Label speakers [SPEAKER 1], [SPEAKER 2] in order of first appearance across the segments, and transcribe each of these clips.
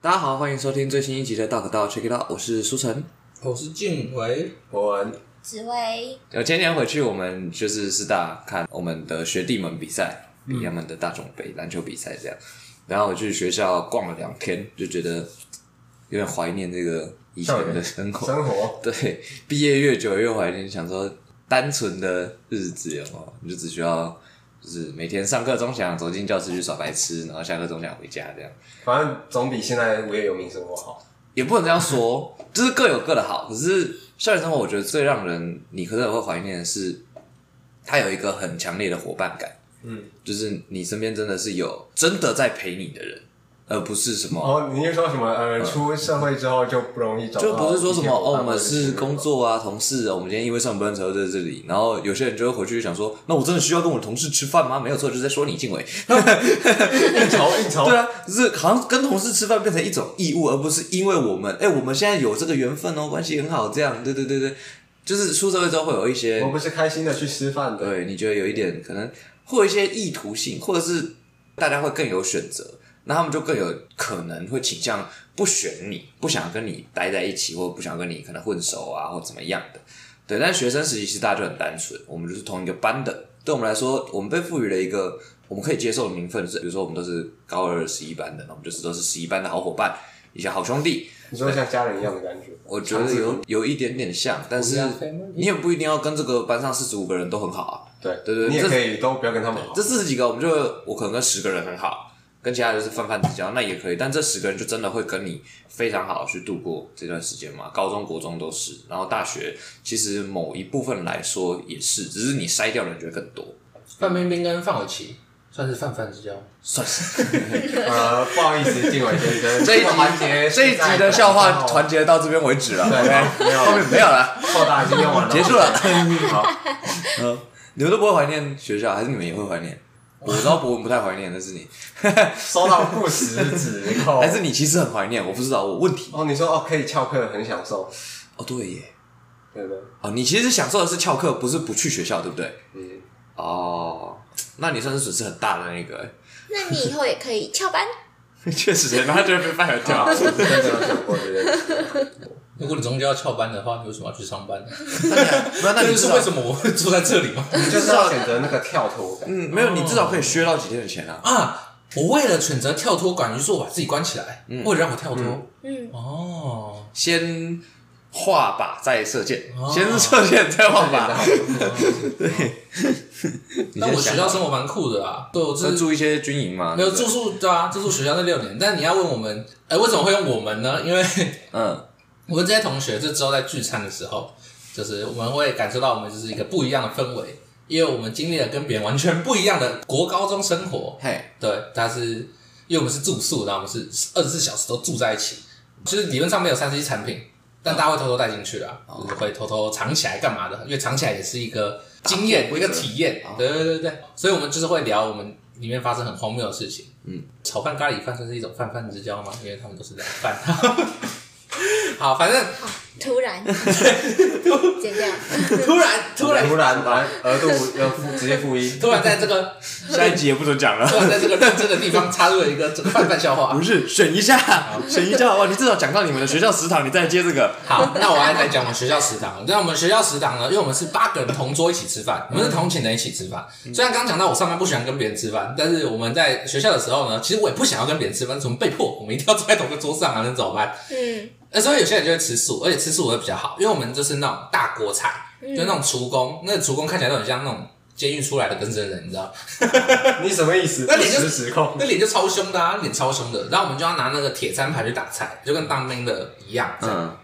[SPEAKER 1] 大家好，欢迎收听最新一集的《道可道 Check It Out》，我是苏晨。
[SPEAKER 2] 我是俊伟，
[SPEAKER 3] 我们
[SPEAKER 4] 紫薇
[SPEAKER 1] 呃，前年回去我们就是师大看我们的学弟们比赛，比他们的大众杯篮球比赛这样。然后我去学校逛了两天，就觉得有点怀念这个以前的生活。
[SPEAKER 3] 生 活
[SPEAKER 1] 对，毕业越久越怀念，想说单纯的日子有没有？你就只需要就是每天上课钟响，走进教室去耍白痴，然后下课钟响回家这样。
[SPEAKER 3] 反正总比现在无业游民生活好。
[SPEAKER 1] 也不能这样说，就是各有各的好。可是校园生活，我觉得最让人你可能会怀念的是，它有一个很强烈的伙伴感，
[SPEAKER 3] 嗯，
[SPEAKER 1] 就是你身边真的是有真的在陪你的人，而不是什么。
[SPEAKER 3] 哦，你是说什么？呃，出社会之后就不容易找到一
[SPEAKER 1] 就
[SPEAKER 3] 些伙伴，
[SPEAKER 1] 不是说什么
[SPEAKER 3] 或者
[SPEAKER 1] 哦，我们是工作啊，同事，我们今天因为上班才会在这里。然后有些人就会回去想说，那我真的需要跟我同事吃饭吗？没有错，就是在说你静伟。
[SPEAKER 3] 应酬应酬。
[SPEAKER 1] 对啊，就是好像跟同事吃饭变成一种义务，而不是因为我们哎、我们现在有这个缘分哦，关系很好，这样，对对对对，就是出社会之后会有一些
[SPEAKER 3] 我们不是开心的去吃饭的，
[SPEAKER 1] 对，你觉得有一点可能，或有一些意图性，或者是大家会更有选择，那他们就更有可能会倾向不选你，不想跟你待在一起，或不想跟你可能混熟啊，或怎么样的。对，但学生时期其实大家就很单纯，我们就是同一个班的。对我们来说，我们被赋予了一个我们可以接受的名分，是比如说我们都是高二十一班的，那我们就是都是十一班的好伙伴，一些好兄弟。
[SPEAKER 3] 你说像家人一样的感觉。
[SPEAKER 1] 我觉得有有一点点像，但是啊
[SPEAKER 2] We are family
[SPEAKER 1] 你也不一定要跟这个班上四十五个人都很好啊。
[SPEAKER 3] 对
[SPEAKER 1] 对对
[SPEAKER 3] 你也
[SPEAKER 1] 这
[SPEAKER 3] 可以都不要跟他们好
[SPEAKER 1] 这。四十几个，我们就我可能跟十个人很好，跟其他人就是泛泛之交，那也可以。但这十个人就真的会跟你非常好去度过这段时间嘛？高中、国中都是，然后大学其实某一部分来说也是，只是你筛掉的人就会更多，
[SPEAKER 2] 范冰冰跟范玮琪算是泛泛之交。
[SPEAKER 1] 算是
[SPEAKER 3] 呃，不好意思，静伟先 生，
[SPEAKER 1] 这一集
[SPEAKER 3] 个环节
[SPEAKER 1] 这一集的笑话团
[SPEAKER 3] 结
[SPEAKER 1] 结到这边为止了
[SPEAKER 3] 对
[SPEAKER 1] ，OK，
[SPEAKER 3] 没有
[SPEAKER 1] 后面 没有了，
[SPEAKER 3] 报大已经用完了，
[SPEAKER 1] 结束了。
[SPEAKER 3] 好，
[SPEAKER 1] 嗯，你们都不会怀念学校，还是你们也会怀念？我知道博文不太怀念，但是你，
[SPEAKER 3] 收到不实指 控
[SPEAKER 1] 还。是你其实很怀念，我不知道，我问题。
[SPEAKER 3] 哦，你说哦，可以翘课，很享受，
[SPEAKER 1] 哦，对耶，
[SPEAKER 3] 对对，
[SPEAKER 1] 哦，你其实享受的是翘课，不是不去学校，对不对？
[SPEAKER 3] 嗯，
[SPEAKER 1] 哦，那你算是损失很大的那个、欸
[SPEAKER 4] 那你以后也可以翘班。
[SPEAKER 1] 确实，然后就会被 fire 掉。
[SPEAKER 3] 我真的有想过这件事。
[SPEAKER 2] 如果你终究要翘班的话，你为什么要去上班呢？
[SPEAKER 1] 那那
[SPEAKER 2] 这
[SPEAKER 1] 你
[SPEAKER 2] 就
[SPEAKER 1] 至
[SPEAKER 2] 是
[SPEAKER 1] 少
[SPEAKER 2] 为，什么我会坐在这里吗？
[SPEAKER 3] 就是要选择那个跳脱感。
[SPEAKER 1] 嗯，没有，你至少可以削到几天的钱啊。
[SPEAKER 2] 啊，我为了选择跳脱感于说我把自己关起来，为了让我跳脱。
[SPEAKER 4] 嗯，
[SPEAKER 2] 哦，
[SPEAKER 1] 先画靶再射箭，
[SPEAKER 2] 哦
[SPEAKER 1] 先射箭再画 靶。你
[SPEAKER 2] 但
[SPEAKER 1] 先
[SPEAKER 2] 我学
[SPEAKER 1] 想
[SPEAKER 2] 校生活蛮酷的啊啦，对，我这
[SPEAKER 1] 就住一些军营嘛，
[SPEAKER 2] 没有
[SPEAKER 1] 对不
[SPEAKER 2] 住
[SPEAKER 1] 对，
[SPEAKER 2] 宿，对啊，住宿学校那六年。但你要问我们，哎、为什么会用我们呢？因为
[SPEAKER 1] 嗯，
[SPEAKER 2] 我们这些同学，这之后在聚餐的时候，就是我们会感受到我们就是一个不一样的氛围，因为我们经历了跟别人完全不一样的国高中生活。
[SPEAKER 1] 嘿，
[SPEAKER 2] 对，但是因为我们是住宿，然后我们是二十四小时都住在一起，就是理论上没有三 C 产品，但大家会偷偷带进去啦，就是会偷偷藏起来干嘛的？因为藏起来也是一个经验，一个体验
[SPEAKER 1] 哦。
[SPEAKER 2] 对对对对，所以我们就是会聊我们里面发生很荒谬的事情。嗯，炒饭咖喱饭算是一种泛泛之交吗？因为他们都是聊饭。 好，反正
[SPEAKER 4] 突然剪掉，
[SPEAKER 2] 突然突然
[SPEAKER 3] 突然把额度要负直接负一，
[SPEAKER 2] 突然在这个
[SPEAKER 1] 下一集也不准讲
[SPEAKER 2] 突
[SPEAKER 1] 了。
[SPEAKER 2] 然在这个认真的地方插入了一个这个泛泛笑话
[SPEAKER 1] 不。是，选一下，选一下哇！你至少讲到你们的学校食堂，你再接这个。
[SPEAKER 2] 好，那我来来讲我们学校食堂。那我们学校食堂呢，因为我们是八个人同桌一起吃饭，我们是同寝的一起吃饭。虽然刚讲到我上班不喜欢跟别人吃饭，但是我们在学校的时候呢，其实我也不想要跟别人吃饭，怎么被迫我们一定要坐在同一个桌上啊？能怎么办？
[SPEAKER 4] 嗯，
[SPEAKER 2] 那所以有些人就会吃素，而且吃素会比较好，因为我们就是那种大锅菜，就那种厨工，那个厨工看起来都很像那种监狱出来的跟生人，你知道吗？
[SPEAKER 3] 你什么意思？
[SPEAKER 2] 那你就
[SPEAKER 3] 实时控，
[SPEAKER 2] 那脸就超凶的啊，脸超凶的。然后我们就要拿那个铁餐盘去打菜，就跟当兵的一样。这样
[SPEAKER 1] 嗯，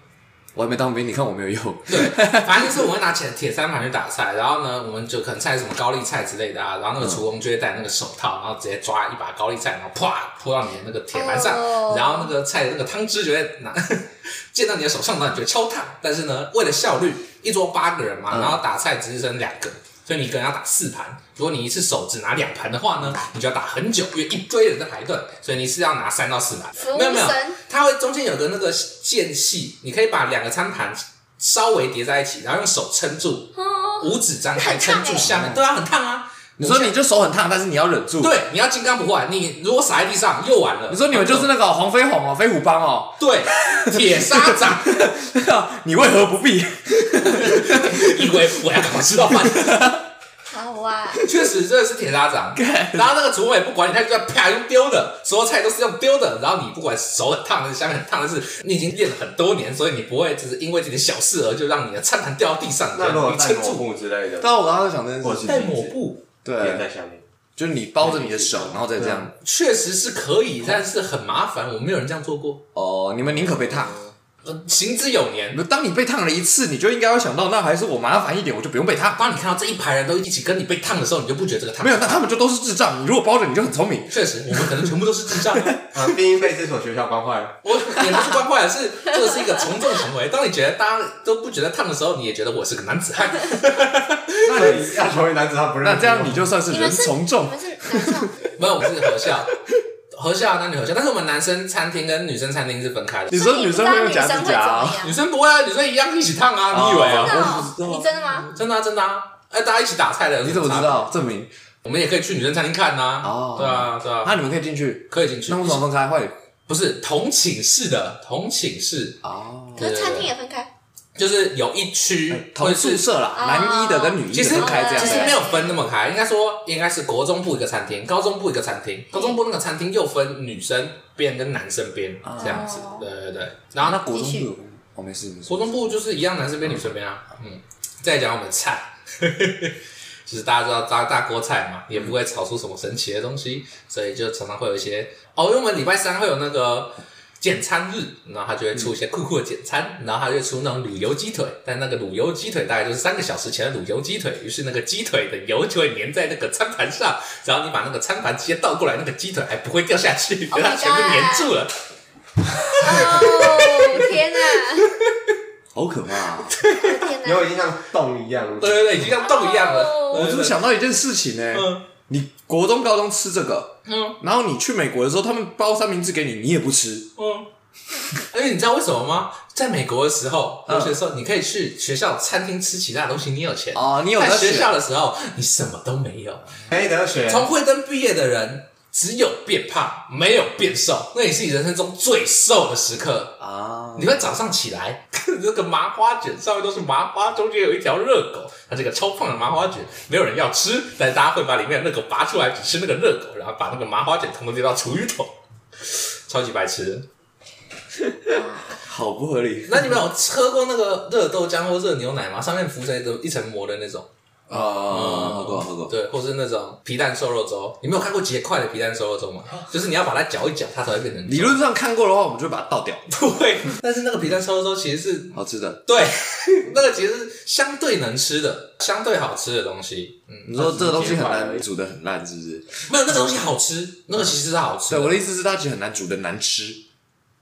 [SPEAKER 1] 我还没当兵，你看我没有用。
[SPEAKER 2] 对， 反正就是我会拿铁铁三盘去打菜，然后呢，我们就可能菜什么高丽菜之类的啊，然后那个厨工就会戴那个手套，然后直接抓一把高丽菜，然后啪泼到你的那个铁盘上，
[SPEAKER 4] 哦
[SPEAKER 2] 然后那个菜的那个汤汁就会 拿溅到你的手上，然后你觉得超烫。但是呢，为了效率，一桌八个人嘛，
[SPEAKER 4] 嗯
[SPEAKER 2] 然后打菜只剩两个。所以你一个人要打四盘，如果你一次手只拿两盘的话呢，你就要打很久，因为一堆人在排队，所以你是要拿三到四盘。
[SPEAKER 4] 服务
[SPEAKER 2] 没有没有
[SPEAKER 4] 生，
[SPEAKER 2] 它会中间有个那个间隙，你可以把两个餐盘稍微叠在一起，然后用手撑住，
[SPEAKER 4] 哦，
[SPEAKER 2] 五指张开
[SPEAKER 4] 很烫
[SPEAKER 2] 撑
[SPEAKER 4] 欸
[SPEAKER 2] 住下面，对啊，很烫啊。
[SPEAKER 1] 你说你就手很烫，但是你要忍住。，
[SPEAKER 2] 对，你要金刚不坏，你如果撒在地上又完了。
[SPEAKER 1] 你说你们就是那个黄飞鸿哦，飞虎帮哦，
[SPEAKER 2] 对铁砂掌，
[SPEAKER 1] 啊你为何不避？
[SPEAKER 2] 以为我要赶快吃到饭，
[SPEAKER 4] 好啊哇，
[SPEAKER 2] 确实真的是铁砂掌。然后那个厨卫不管你，他就在啪用丢的，所有菜都是用丢的。然后你不管手很烫的，下面很烫的是，你已经练了很多年，所以你不会只是因为这点小事而就让你的餐盘掉到地上，
[SPEAKER 3] 那如果
[SPEAKER 2] 你
[SPEAKER 3] 带
[SPEAKER 2] 撑
[SPEAKER 3] 抹
[SPEAKER 2] 住。
[SPEAKER 3] 布之类的，
[SPEAKER 1] 但我刚刚在想这件
[SPEAKER 3] 或
[SPEAKER 1] 事情，
[SPEAKER 3] 者是
[SPEAKER 2] 带抹布
[SPEAKER 3] 粘在
[SPEAKER 1] 对，
[SPEAKER 3] 下面，
[SPEAKER 1] 就是你包着你的手，然后再这样。
[SPEAKER 2] 确实是可以，但是很麻烦，我没有人这样做过。
[SPEAKER 1] 哦，你们宁可被烫。嗯
[SPEAKER 2] 呃，行之有年。
[SPEAKER 1] 当你被烫了一次，你就应该会想到，那还是我麻烦一点，我就不用被烫。
[SPEAKER 2] 当你看到这一排人都一起跟你被烫的时候，你就不觉得这个烫。
[SPEAKER 1] 没有，那他们就都是智障。你如果包着，你就很聪明。
[SPEAKER 2] 确实，我们可能全部都是智 障啊、
[SPEAKER 3] 啊，毕竟被这所学校关坏了。
[SPEAKER 2] 我也不是关坏，是这个是一个从众行为。当你觉得大家都不觉得烫的时候，你也觉得我是个男 子汉。
[SPEAKER 1] 那
[SPEAKER 3] 所
[SPEAKER 1] 你
[SPEAKER 3] 以要成为男子汉不是？
[SPEAKER 1] 那这样你就算是
[SPEAKER 4] 你
[SPEAKER 1] 人
[SPEAKER 4] 们是
[SPEAKER 1] 从
[SPEAKER 4] 你
[SPEAKER 1] 众。
[SPEAKER 4] 们是男生，
[SPEAKER 2] 没有，我们是合校，合校男女合校，但是我们男生餐厅跟女生餐厅是分开的。
[SPEAKER 1] 你说女生会用夹指甲啊？
[SPEAKER 2] 女生不会啊，女生一样一起烫啊，你以为
[SPEAKER 4] 真的
[SPEAKER 2] 啊？
[SPEAKER 1] 我不知
[SPEAKER 4] 哦
[SPEAKER 1] 道
[SPEAKER 4] 你真的吗？
[SPEAKER 2] 真的啊，真的啊。哎，大家一起打菜的，
[SPEAKER 1] 你怎么知？道？证明
[SPEAKER 2] 我们也可以去女生餐厅看呐。
[SPEAKER 1] 哦
[SPEAKER 2] 对啊，对啊，
[SPEAKER 1] 啊，你们可以进去。
[SPEAKER 2] 可以进去
[SPEAKER 1] 那。为什么分开会？
[SPEAKER 2] 不是同寝室的，同寝室
[SPEAKER 1] 哦，
[SPEAKER 4] 可是餐厅也分开，
[SPEAKER 2] 就是有一区
[SPEAKER 1] 哎同
[SPEAKER 2] 会
[SPEAKER 1] 宿
[SPEAKER 2] 是
[SPEAKER 1] 舍啦，
[SPEAKER 4] 哦
[SPEAKER 1] 男一的跟女一
[SPEAKER 2] 其
[SPEAKER 1] 的
[SPEAKER 2] 实
[SPEAKER 1] 分开这
[SPEAKER 2] 啊
[SPEAKER 1] 样
[SPEAKER 2] 其实
[SPEAKER 4] 对
[SPEAKER 2] 没有分那么开，应该说应该是国中部一个餐厅，高中部一个餐厅，高中部那个餐厅又分女生边跟男生边这样子
[SPEAKER 4] 哦，
[SPEAKER 2] 对对对。然后呢，
[SPEAKER 1] 国中
[SPEAKER 4] 继续
[SPEAKER 1] 部，哦，没事没事
[SPEAKER 2] 国。中部就是一样男生边女生边啊，嗯。再讲我们菜， 就是大家知道大大锅菜嘛，也不会炒出什么神奇的东西，所以就常常会有一些哦，因为我们礼拜三会有那个。简餐日，然后他就会出一些酷酷的简餐，然后他就会出那种卤油鸡腿，但那个卤油鸡腿大概就是三个小时前的卤油鸡腿，于是那个鸡腿的油就会粘在那个餐盘上，然后你把那个餐盘直接倒过来，那个鸡腿还不会掉下去，
[SPEAKER 4] Oh
[SPEAKER 2] 给 它
[SPEAKER 4] my
[SPEAKER 2] 全部粘
[SPEAKER 4] God
[SPEAKER 2] 住了。
[SPEAKER 4] 哦，天哪，
[SPEAKER 1] 好可怕啊！
[SPEAKER 4] 天
[SPEAKER 3] 因为
[SPEAKER 4] 哪，
[SPEAKER 3] 已经像洞一样，
[SPEAKER 2] 对对对，已经像洞一样了。
[SPEAKER 4] 哦
[SPEAKER 2] 对
[SPEAKER 1] 我
[SPEAKER 2] 对
[SPEAKER 1] 只
[SPEAKER 2] 对
[SPEAKER 1] 是想到一件事情呢、
[SPEAKER 2] 嗯
[SPEAKER 1] 你国中、高中吃这个，
[SPEAKER 2] 嗯
[SPEAKER 1] 然后你去美国的时候，他们包三明治给你，你也不吃。
[SPEAKER 2] 嗯， 因为你知道为什么吗？在美国的时候，
[SPEAKER 1] 嗯
[SPEAKER 2] 留学的时候，你可以去学校餐厅吃其他东西，你有钱
[SPEAKER 1] 哦你有
[SPEAKER 2] 在
[SPEAKER 1] 得选
[SPEAKER 2] 学校的时候，你什么都没有。
[SPEAKER 3] 可以哎得学。
[SPEAKER 2] 从惠登毕业的人，只有变胖，没有变瘦，那也是你人生中最瘦的时刻。
[SPEAKER 1] 啊，
[SPEAKER 2] 你会早上起来， 那个麻花卷上面都是麻花，中间有一条热狗，它这个超胖的麻花卷，没有人要吃，但是大家会把里面的热狗拔出来，只吃那个热狗，然后把那个麻花卷统统丢到厨余桶，超级白痴的。
[SPEAKER 1] 好不合理
[SPEAKER 2] 那你们有喝过那个热豆浆或热牛奶吗？上面浮着一层一层膜的那种，
[SPEAKER 1] 啊！喝过喝过，
[SPEAKER 2] 对，或是那种皮蛋瘦肉粥。你没有看过结块的皮蛋瘦肉粥吗？就是你要把它搅一搅，它才会变成粥
[SPEAKER 1] 啊理论上看过的话，我们就会把它倒掉，
[SPEAKER 2] 对。但是那个皮蛋瘦肉粥其实是
[SPEAKER 1] 好吃的。
[SPEAKER 2] 对， 那个其实是相对能吃的，相对好吃的东西。嗯，
[SPEAKER 1] 你说这个东西很
[SPEAKER 3] 它只
[SPEAKER 1] 难
[SPEAKER 3] 是
[SPEAKER 1] 煮的很烂，是不是？
[SPEAKER 2] 没有那个东西好吃，那个其实是好吃
[SPEAKER 1] 对，
[SPEAKER 2] 的。
[SPEAKER 1] 我的意思是它其实很难煮的难吃。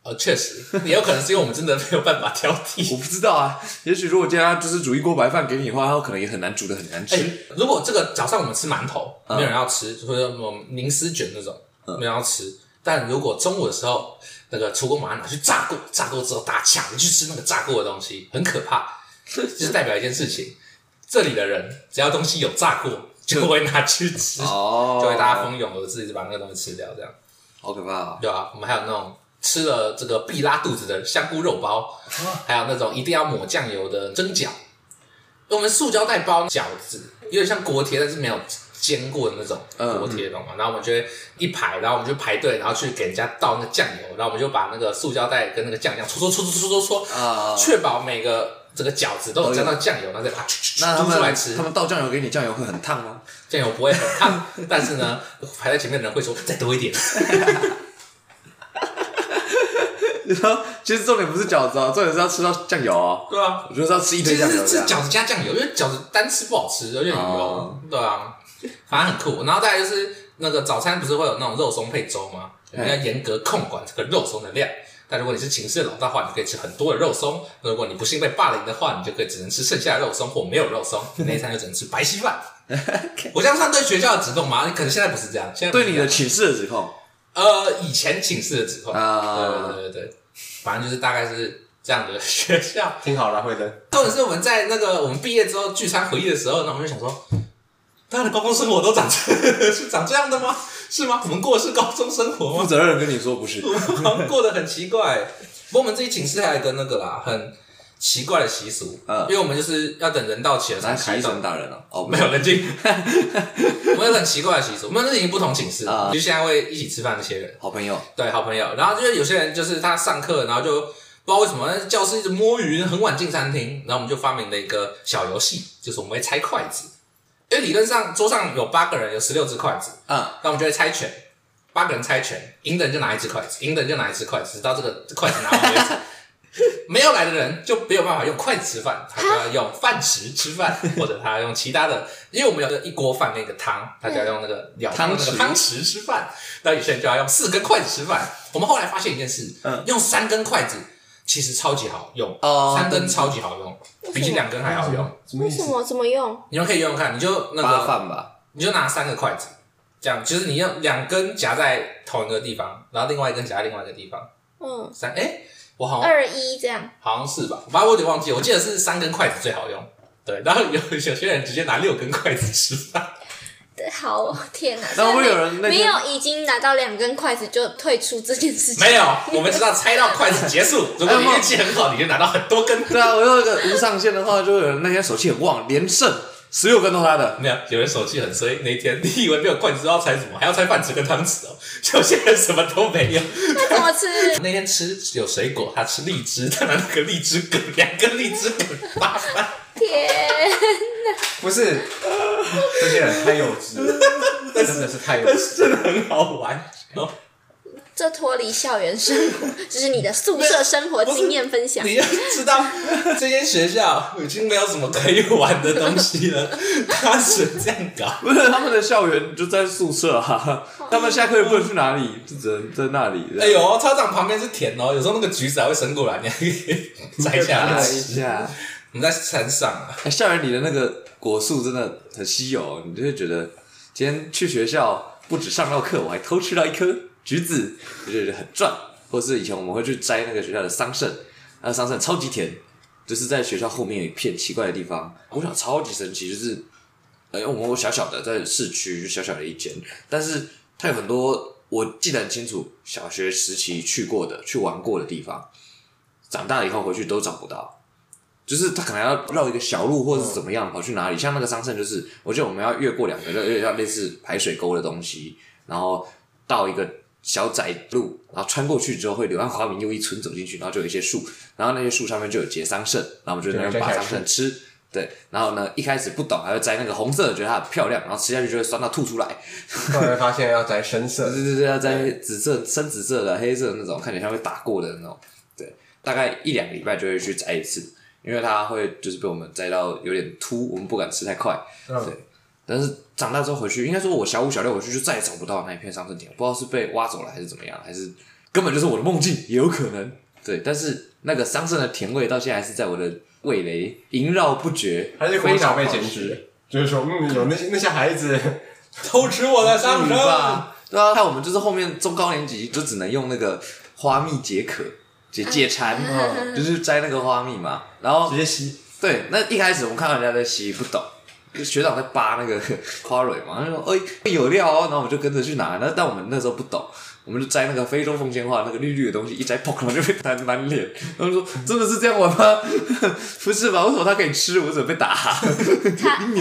[SPEAKER 2] 呃，确实，也有可能是因为我们真的没有办法挑
[SPEAKER 1] 我
[SPEAKER 2] 剔。
[SPEAKER 1] 不知道啊，也许如果今天他就是煮一锅白饭给你的话，他可能也很难煮的很难
[SPEAKER 2] 哎、
[SPEAKER 1] 吃。嗯
[SPEAKER 2] 如果这个早上我们吃馒头，没有人要吃，或者什么凝丝卷那种，没有人要吃。但如果中午的时候，那个厨工把它拿去炸过，炸过之后大家抢着去吃那个炸过的东西，很可 怕。就是代表一件事情，这里的人只要东西有炸过，就会拿去吃，
[SPEAKER 1] 哦
[SPEAKER 2] 就会大家蜂拥而至，就把那个东西吃掉，这样
[SPEAKER 1] 好可怕啊！
[SPEAKER 2] 对啊？我们还有那种吃了这个必拉肚子的香菇肉包，
[SPEAKER 1] 啊
[SPEAKER 2] 还有那种一定要抹酱油的蒸饺。我们塑胶袋包饺子，有点像锅贴，但是没有煎过的那种
[SPEAKER 1] 嗯
[SPEAKER 2] 锅贴，懂吗？然后我们就会一排，然后我们就排队，然后去给人家倒那个酱油，然后我们就把那个塑胶袋跟那个酱这样搓搓搓搓搓搓搓，
[SPEAKER 1] 啊，
[SPEAKER 2] 确保每个这个饺子都有沾到酱油，然后再把它
[SPEAKER 1] 那他
[SPEAKER 2] 嘟出来
[SPEAKER 1] 们
[SPEAKER 2] 吃
[SPEAKER 1] 他。们倒酱油给你，酱油会很烫吗？
[SPEAKER 2] 酱油不会很烫，但是呢，排在前面的人会说再多 一点。
[SPEAKER 1] 然后其实重点不是饺子哦，重点是要吃到酱油哦。
[SPEAKER 2] 对啊，
[SPEAKER 1] 我就是要吃一堆
[SPEAKER 2] 其实
[SPEAKER 1] 酱
[SPEAKER 2] 是
[SPEAKER 1] 油这
[SPEAKER 2] 吃
[SPEAKER 1] 样。
[SPEAKER 2] 饺子加酱油，因为饺子单吃不好吃，有点油，
[SPEAKER 1] 哦
[SPEAKER 2] 对啊，反正很酷。然后再来就是那个早餐不是会有那种肉松配粥吗？
[SPEAKER 1] 哎
[SPEAKER 2] 我们要严格控管这个肉松的量。但如果你是寝室的老大的话，你可以吃很多的肉松；如果你不幸被霸凌的话，你就可以只能吃剩下的肉松或没有 肉松，你那一餐就只能吃白稀饭。我这样算对学校的指控吗？可能现在不是这样，现在不是
[SPEAKER 1] 对你
[SPEAKER 2] 这
[SPEAKER 1] 的
[SPEAKER 2] 样
[SPEAKER 1] 寝室的指控
[SPEAKER 2] 呃，以前寝室的指控，
[SPEAKER 1] 啊
[SPEAKER 2] 对对对对，反正就是大概是这样的学校。
[SPEAKER 3] 听好了，慧珍，
[SPEAKER 2] 重点是我们在那个我们毕业之后聚餐回忆的时候呢，我们就想说，大家的高中生活都长这 是长这样的吗？是吗？我们过的是高中生活吗
[SPEAKER 1] 负？责任跟你说不是，
[SPEAKER 2] 好像过得很奇怪。不过我们自己寝室还有一个那个啦，很奇怪的习俗，
[SPEAKER 1] 嗯
[SPEAKER 2] 因为我们就是要等人到齐了才
[SPEAKER 1] 拿洗
[SPEAKER 2] 开
[SPEAKER 1] 衣
[SPEAKER 2] 动
[SPEAKER 1] 绳。打人 哦，哦，
[SPEAKER 2] 没有冷静， 我们有很奇怪的习俗，我们那是已经不同寝室了，
[SPEAKER 1] 啊
[SPEAKER 2] 就现在会一起吃饭那些人，
[SPEAKER 1] 好朋友，
[SPEAKER 2] 对，好朋友。然后就是有些人就是他上课，然后就不知道为什么那教室一直摸鱼，很晚进餐厅，然后我们就发明了一个小游戏，就是我们会拆筷子，因为理论上桌上有八个人，有十六只筷子，
[SPEAKER 1] 嗯，
[SPEAKER 2] 那我们就会猜拳，八个人猜拳，赢的人就拿一只筷子，赢的人就拿一只筷子，直到这个筷子拿完为止。没有来的人就没有办法用筷子吃饭，他就要用饭匙吃饭，或者他用其他的，因为我们有个一锅饭那个汤，他就要用那个舀
[SPEAKER 1] 汤匙
[SPEAKER 2] 那个汤匙吃饭，那有些人就要用四根筷子吃饭。我们后来发现一件事，
[SPEAKER 1] 嗯
[SPEAKER 2] 用三根筷子其实超级好用，
[SPEAKER 1] 哦
[SPEAKER 2] 三根超级好用，比起两根还好用。
[SPEAKER 3] 什么
[SPEAKER 4] 为
[SPEAKER 3] 意
[SPEAKER 4] 什
[SPEAKER 3] 思？
[SPEAKER 4] 么？怎么用？
[SPEAKER 2] 你们可以用用看，你就那
[SPEAKER 1] 扒
[SPEAKER 2] 个
[SPEAKER 1] 饭吧，
[SPEAKER 2] 你就拿三个筷子，这样就是你用两根夹在同一个地方，然后另外一根夹在另外一个地方，
[SPEAKER 1] 哦
[SPEAKER 4] 嗯，
[SPEAKER 2] 三哎、我好像
[SPEAKER 4] 二一这样，
[SPEAKER 2] 好像是吧，反正我有点忘记，我记得是三根筷子最好用。对，然后有有些人直接拿六根筷子吃饭，
[SPEAKER 4] 对好哦，天哪！
[SPEAKER 1] 然后
[SPEAKER 4] 所以
[SPEAKER 1] 会有人那
[SPEAKER 4] 没
[SPEAKER 1] 天
[SPEAKER 4] 有已经拿到两根筷子就退出这件事情，
[SPEAKER 2] 没有，我们知道猜到筷子结束，如果你运气很好，你就拿到很多根。
[SPEAKER 1] 对啊，我有一个无上限的话，就有人那天手气很旺，连胜十六根都他的，
[SPEAKER 2] 没有，有人手气很衰，那一天你以为没有筷子，不知道猜什么，还要猜饭匙跟汤匙哦。 有些人什么都没有，
[SPEAKER 4] 那怎么吃？
[SPEAKER 2] 那天吃有水果，他吃荔枝，他拿那个荔枝梗，两根荔枝梗扒饭。
[SPEAKER 4] 天，
[SPEAKER 3] 不是，这些人太幼稚了，真的是太幼稚。
[SPEAKER 2] 真的很好玩。然后
[SPEAKER 4] 这脱离校园生活，这是你的宿舍生活经验分享。
[SPEAKER 2] 你要知道，这间学校已经没有什么可以玩的东西了， 他是这样搞。
[SPEAKER 1] 不是他们的校园就在宿舍啊， 他们下课也不能去哪里，就只能在那里。
[SPEAKER 2] 哎呦，操场旁边是田哦，有时候那个橘子还会伸过来，你还可以摘下
[SPEAKER 1] 看
[SPEAKER 2] 来
[SPEAKER 1] 一
[SPEAKER 2] 吃。
[SPEAKER 1] 下，
[SPEAKER 2] 我们在山上啊，
[SPEAKER 1] 哎校园里的那个果树真的很稀有，你就会觉得今天去学校不止上到课，我还偷吃到一颗橘子，就觉得很赚。或是以前我们会去摘那个学校的桑葚，那桑葚超级甜，就是在学校后面有一片奇怪的地方，我想超级神奇，就是呃，因为我们小小的在市区就小小的一间，但是它有很多我记得很清楚，小学时期去过的、去玩过的地方，长大以后回去都找不到。就是他可能要绕一个小路，或者是怎么样跑去哪里？像那个桑葚，就是我记得我们要越过两个，有点像类似排水沟的东西，然后到一个小窄路，然后穿过去之后会流浪华明又一村走进去，然后就有一些树，然后那些树上面就有结桑葚，然后我们就在那边
[SPEAKER 3] 对
[SPEAKER 1] 拔
[SPEAKER 3] 摘下
[SPEAKER 1] 桑葚
[SPEAKER 3] 来
[SPEAKER 1] 吃。对，然后呢，一开始不懂，还会摘那个红色的，觉得它很漂亮，然后吃下去就会酸到吐出来。
[SPEAKER 3] 后来发现要摘深 色，
[SPEAKER 1] 对对对，要摘紫色、深紫色的、黑色的那种，看起来像被打过的那种。对，大概一两个礼拜就会去摘一次，因为它会就是被我们摘到有点秃，我们不敢吃太快。
[SPEAKER 3] 嗯
[SPEAKER 1] 对，但是长大之后回去，应该说我小五、小六回去就再也找不到那一片桑葚田，不知道是被挖走了还是怎么样，还是根本就是我的梦境，也有可能。对，但是那个桑葚的甜味到现在还是在我的味蕾萦绕不绝，
[SPEAKER 3] 还是
[SPEAKER 1] 非
[SPEAKER 3] 国
[SPEAKER 1] 常
[SPEAKER 3] 小被
[SPEAKER 1] 好
[SPEAKER 3] 检
[SPEAKER 1] 吃
[SPEAKER 3] 举，就是说，嗯，有那些那些孩子，
[SPEAKER 2] 偷吃我的桑
[SPEAKER 1] 女
[SPEAKER 2] 葚。
[SPEAKER 1] 吧？对啊，看我们就是后面中高年级就只能用那个花蜜解渴、解解馋，哦
[SPEAKER 3] 嗯
[SPEAKER 1] 就是摘那个花蜜嘛。然后
[SPEAKER 3] 直接吸，
[SPEAKER 1] 对，那一开始我们看到人家在吸，不懂。学长在扒那个花蕊嘛，他说：“哎、有料哦。”然后我们就跟着去拿。那但我们那时候不懂，我们就摘那个非洲凤仙花那个绿绿的东西，一摘，砰，然后就被 打满脸。他们说：“真的是这样玩吗？ 不是吧？为什么他可以吃，我怎么被打、
[SPEAKER 4] 它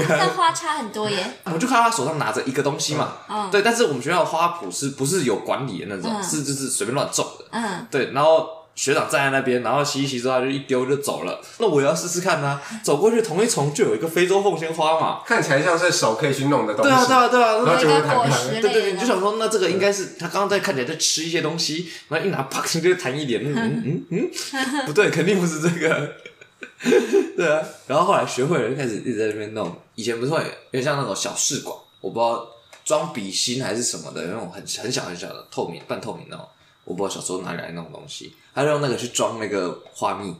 [SPEAKER 4] 但花差很多耶，
[SPEAKER 1] 我就看到他手上拿着一个东西嘛，
[SPEAKER 4] 嗯
[SPEAKER 1] 对，但是我们学校的花圃是不是有管理的那种，
[SPEAKER 4] 嗯
[SPEAKER 1] 是就是随便乱种的，
[SPEAKER 4] 嗯，
[SPEAKER 1] 对，然后学长站在那边，然后洗一洗之后他就一丢就走了，那我也要试试看呐、走过去同一丛就有一个非洲凤仙花嘛，
[SPEAKER 3] 看起来像是手可以去弄的东
[SPEAKER 1] 对啊
[SPEAKER 3] 西
[SPEAKER 1] 对。啊对啊，
[SPEAKER 3] 然
[SPEAKER 1] 那
[SPEAKER 3] 后就
[SPEAKER 4] 有
[SPEAKER 3] 会
[SPEAKER 4] 一个
[SPEAKER 3] 弹
[SPEAKER 4] 果
[SPEAKER 3] 开
[SPEAKER 4] 实
[SPEAKER 1] 对对
[SPEAKER 4] 类
[SPEAKER 1] 对，你就
[SPEAKER 4] 的，
[SPEAKER 1] 想说，那这个应该是他刚刚在看起来在吃一些东西，然后一拿啪，就会弹一脸，嗯嗯嗯 嗯，不对，肯定不是这个。 对啊，然后后来学会了，就开始一直在那边弄。以前不是会有点像那种小试管，我不知道装笔芯还是什么的，那种很很小很小的透明半透明那种，我不知道小时候哪里来那种东西，他就用那个去装那个花蜜，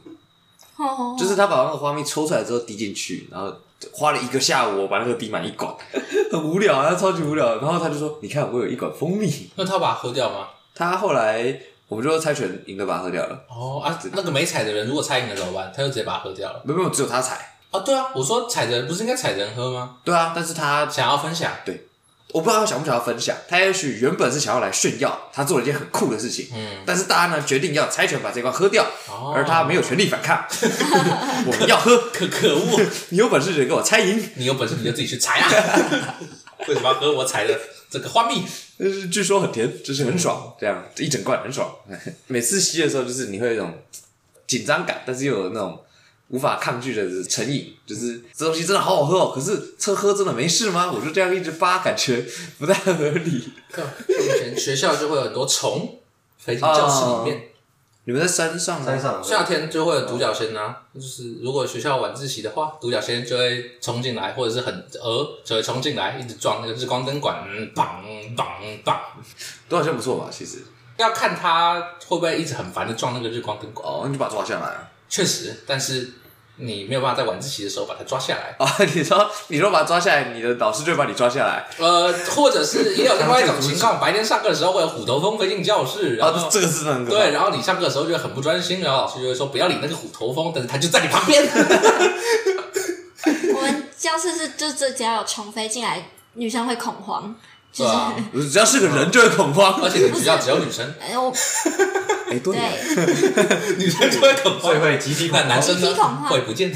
[SPEAKER 4] 哦
[SPEAKER 1] 就是他把那个花蜜抽出来之后滴进去，然后花了一个下午，我把那个滴满一管， 很无聊啊，超级无聊。然后他就说：“你看，我有一管蜂蜜。
[SPEAKER 2] 那他把它喝掉吗？”
[SPEAKER 1] 他后来我们就猜拳赢的把它喝掉了，
[SPEAKER 2] 哦啊，那个没踩的人如果猜赢了怎么办？他就直接把它喝掉了。
[SPEAKER 1] 没有没有，只有他踩，
[SPEAKER 2] 啊，对啊，我说采人不是应该采人喝吗？
[SPEAKER 1] 对啊，但是他
[SPEAKER 2] 想要分享，
[SPEAKER 1] 我不知道他想不想要分享，他也许原本是想要来炫耀他做了一件很酷的事情，
[SPEAKER 2] 嗯，
[SPEAKER 1] 但是大家呢决定要猜拳把这罐喝掉，
[SPEAKER 2] 哦
[SPEAKER 1] 而他没有权利反抗， 我们要喝，
[SPEAKER 2] 可可恶，
[SPEAKER 1] 你有本事就给我猜赢。
[SPEAKER 2] 你有本事你就自己去采 啊，为什么要喝我采的这个花蜜？
[SPEAKER 1] 就是据说很甜，就是很爽，这样一整罐很爽。 每次吸的时候，就是你会有一种紧张感，但是又有那种无法抗拒的成瘾，就是这东西真的好好喝哦。可是这喝真的没事吗？我就这样一直扒，感觉不太合理。
[SPEAKER 2] 以前学校就会有很多虫飞进教室里面，
[SPEAKER 1] 你们在山上吗？啊
[SPEAKER 3] 山上
[SPEAKER 2] 夏天就会有独角仙啊，就是如果学校晚自习的话，独角仙就会冲进来，或者是很鹅就会冲进来，一直撞那个日光灯管，嗯砰砰砰。
[SPEAKER 1] 多少钱不错吧？其实
[SPEAKER 2] 要看他会不会一直很烦的撞那个日光灯管，
[SPEAKER 1] 哦，你就把它抓下来啊！
[SPEAKER 2] 确实，但是你没有办法在晚自习的时候把它抓下来。
[SPEAKER 1] 啊，你说你说把它抓下来，你的老师就会把你抓下来。
[SPEAKER 2] 呃，或者是也有另外一种情况，白天上课的时候会有虎头蜂飞进教室，然后、
[SPEAKER 1] 啊，这这个是很可怕
[SPEAKER 2] 对，然后你上课的时候就很不专心，然后老师就会说不要理那个虎头蜂，但是它就在你 旁边。
[SPEAKER 4] 我们教室是就这只要有虫飞进来，女生会恐慌，就
[SPEAKER 2] 对
[SPEAKER 4] 是、
[SPEAKER 2] 啊，
[SPEAKER 1] 不是只要是个人就会恐慌。
[SPEAKER 2] 而且你们学校只有 女生，
[SPEAKER 4] 哎我
[SPEAKER 1] 哎， 对耶，
[SPEAKER 4] 对，
[SPEAKER 2] 女生就会恐
[SPEAKER 3] 所以
[SPEAKER 2] 慌，
[SPEAKER 3] 会集体恐
[SPEAKER 2] 那
[SPEAKER 3] 慌
[SPEAKER 2] 男生
[SPEAKER 4] 集体恐
[SPEAKER 2] 呢
[SPEAKER 4] 慌
[SPEAKER 2] 会 不见。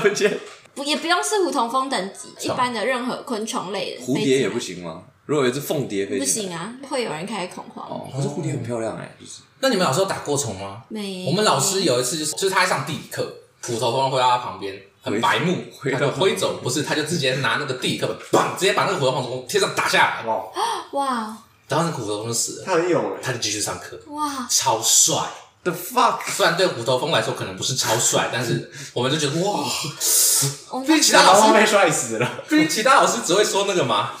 [SPEAKER 1] 不见
[SPEAKER 4] 不也不用是虎头蜂等级，一般的任何昆虫类的
[SPEAKER 1] 蝴
[SPEAKER 4] 飞
[SPEAKER 1] 蝶
[SPEAKER 4] 进
[SPEAKER 1] 也
[SPEAKER 4] 来
[SPEAKER 1] 不行吗？如果有一只凤蝶飞
[SPEAKER 4] 不
[SPEAKER 1] 进来
[SPEAKER 4] 行啊，会有人开始恐慌。
[SPEAKER 1] 哦，可是蝴蝶很漂亮哎、就是
[SPEAKER 2] 那你们老师有打过虫吗？
[SPEAKER 4] 没，
[SPEAKER 2] 我们老师有一次就是，就是他在上地理课，虎头蜂会到他旁边，很白目，
[SPEAKER 1] 挥
[SPEAKER 2] 他
[SPEAKER 1] 到
[SPEAKER 2] 就
[SPEAKER 1] 他
[SPEAKER 2] 挥走，不是，他就直接拿那个地理课 本，砰，直接把那个虎头蜂从天上打下来，
[SPEAKER 3] 哇，
[SPEAKER 4] 哇
[SPEAKER 2] 然后那个虎头蜂就死了，
[SPEAKER 3] 他很勇哎，
[SPEAKER 2] 他就继续上课，
[SPEAKER 4] 哇，
[SPEAKER 2] 超帅。
[SPEAKER 1] the fuck，
[SPEAKER 2] 虽然对虎头蜂来说可能不是超帅，但是我们就觉得哇，
[SPEAKER 4] 我们
[SPEAKER 2] 毕竟其他
[SPEAKER 3] 然
[SPEAKER 2] 老
[SPEAKER 3] 后
[SPEAKER 2] 师，
[SPEAKER 3] 被摔死了。
[SPEAKER 2] 毕竟其他老师只会说那个嘛，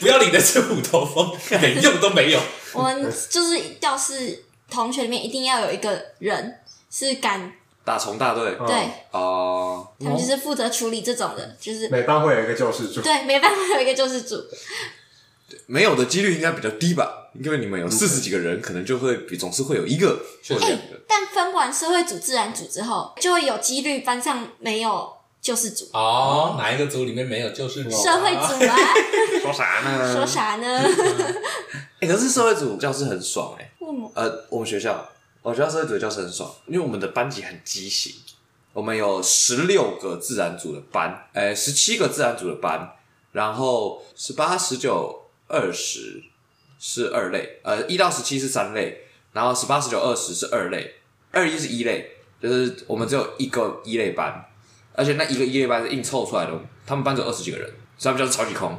[SPEAKER 2] 不要理那只虎头蜂， 连用都没有。
[SPEAKER 4] 我们就是教室同学里面一定要有一个人是敢
[SPEAKER 1] 打虫大队
[SPEAKER 3] 嗯
[SPEAKER 4] 对，
[SPEAKER 1] 哦，
[SPEAKER 4] 他们就是负责处理这种
[SPEAKER 1] 嗯
[SPEAKER 4] 的，就是
[SPEAKER 3] 每班会有一个救世主，
[SPEAKER 4] 对，没办法有一个救世主，
[SPEAKER 1] 没有的几率应该比较低吧？因为你们有四十几个人，可能就会比总是会有一个或
[SPEAKER 2] 确实
[SPEAKER 1] 两个。
[SPEAKER 4] 哎但分完社会组、自然组之后，就会有几率班上没有救世主，
[SPEAKER 2] 哦，哪一个组里面没有就是
[SPEAKER 1] 哦
[SPEAKER 2] 我
[SPEAKER 4] 社会 组啊，
[SPEAKER 1] 说啥呢
[SPEAKER 4] 说啥呢？
[SPEAKER 1] 哎、可是社会组教室很爽哎、
[SPEAKER 4] 父母
[SPEAKER 1] 呃，我们学校，我学校社会组教室很爽，因为我们的班级很畸形，我们有十六个自然组的班，呃，十七个自然组的班，然后十八、十九、二十是二类，呃，一到十七是三类，然后十八、十九、二十是二类，二一是一类，就是我们只有一个一类班，而且那一个一类班是硬凑出来的，他们班只有二十几个人，所以他们教室超级空。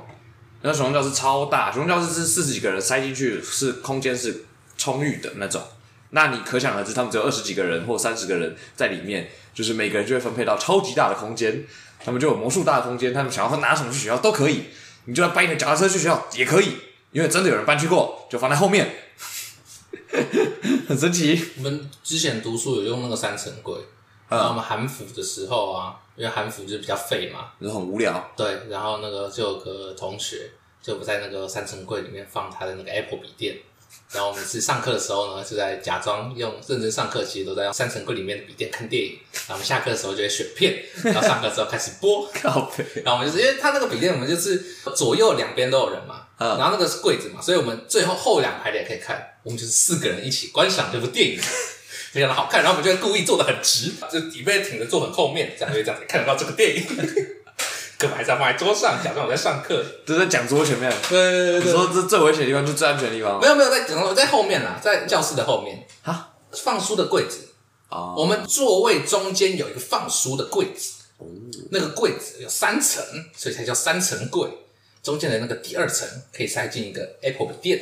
[SPEAKER 1] 那熊教室超大，熊教室是四十几个人塞进去，是空间是充裕的那种。那你可想而知，他们只有二十几个人或三十个人在里面，就是每个人就会分配到超级大的空间，他们就有魔术大的空间，他们想要拿什么去学校都可以，你就要搬一个脚踏车去学校也可以，因为真的有人搬去过，就放在后面，很神奇。
[SPEAKER 2] 我们之前读书有用那个三层柜，
[SPEAKER 1] 嗯
[SPEAKER 2] 然后我们韩服的时候啊，因为韩服就是比较废嘛，
[SPEAKER 1] 你说很无聊，
[SPEAKER 2] 对，然后那个就有个同学就不在那个三层柜里面放他的那个 Apple 笔电，然后我们是上课的时候呢，就在假装用认真上课，其实都在用三层柜里面的笔电看电影，然后我们下课的时候就会选片，然后上课之后开始播，
[SPEAKER 1] 靠背，
[SPEAKER 2] 然后我们就是因为他那个笔电，我们就是左右两边都有人嘛，
[SPEAKER 1] 嗯
[SPEAKER 2] 然后那个是柜子嘛，所以我们最后后两排的也可以看，我们就是四个人一起观赏这部电影， 非常的好看。然后我们就会故意坐的很直，就椅背挺着坐很后面，这样就这样才看得到这个电影。 可还是要放在桌上，假装我在上课。
[SPEAKER 1] 就在讲桌前面。
[SPEAKER 2] 对对对
[SPEAKER 1] 你说这最危险的地方就是最安全的地方
[SPEAKER 2] 没有没有在讲，在后面啦，在教室的后面
[SPEAKER 1] 啊，
[SPEAKER 2] 放书的柜子，
[SPEAKER 1] 啊
[SPEAKER 2] 我们座位中间有一个放书的柜子，那个柜子有三层，所以才叫三层柜。中间的那个第二层可以塞进一个 Apple 笔电，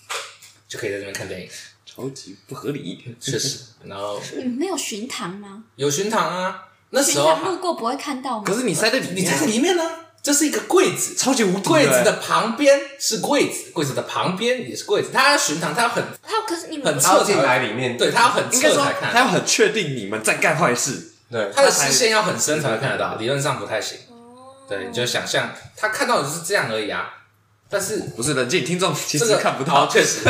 [SPEAKER 2] 就可以在这边看电影。
[SPEAKER 1] 超级不合理。
[SPEAKER 2] 确实，然后
[SPEAKER 4] 你嗯们没有巡堂吗？
[SPEAKER 2] 有巡堂啊，那
[SPEAKER 4] 巡
[SPEAKER 2] 时候
[SPEAKER 4] 堂路过不会看到吗？
[SPEAKER 1] 可是你塞在里面，
[SPEAKER 2] 哦你在里面呢、这是一个柜子，
[SPEAKER 1] 超级无敌
[SPEAKER 2] 柜子的旁边是柜子，柜子的旁边也是柜子。它巡堂，它要很
[SPEAKER 4] 他可是你们
[SPEAKER 2] 很
[SPEAKER 3] 他
[SPEAKER 2] 侧
[SPEAKER 3] 要进
[SPEAKER 2] 才
[SPEAKER 3] 来里面，
[SPEAKER 2] 对，它要很
[SPEAKER 1] 应该
[SPEAKER 2] 侧
[SPEAKER 1] 说
[SPEAKER 2] 才看
[SPEAKER 1] 他
[SPEAKER 2] 得到，
[SPEAKER 1] 要很确定你们在干坏事，
[SPEAKER 3] 对，
[SPEAKER 2] 它的视线要很深才会看得到，理论上不太行。
[SPEAKER 4] 哦
[SPEAKER 2] 对，你就想象他看到的就是这样而已啊。但是
[SPEAKER 1] 不是冷静听众其
[SPEAKER 2] 这
[SPEAKER 1] 实
[SPEAKER 2] 个
[SPEAKER 1] 看不
[SPEAKER 2] 哦
[SPEAKER 1] 到，
[SPEAKER 2] 确 实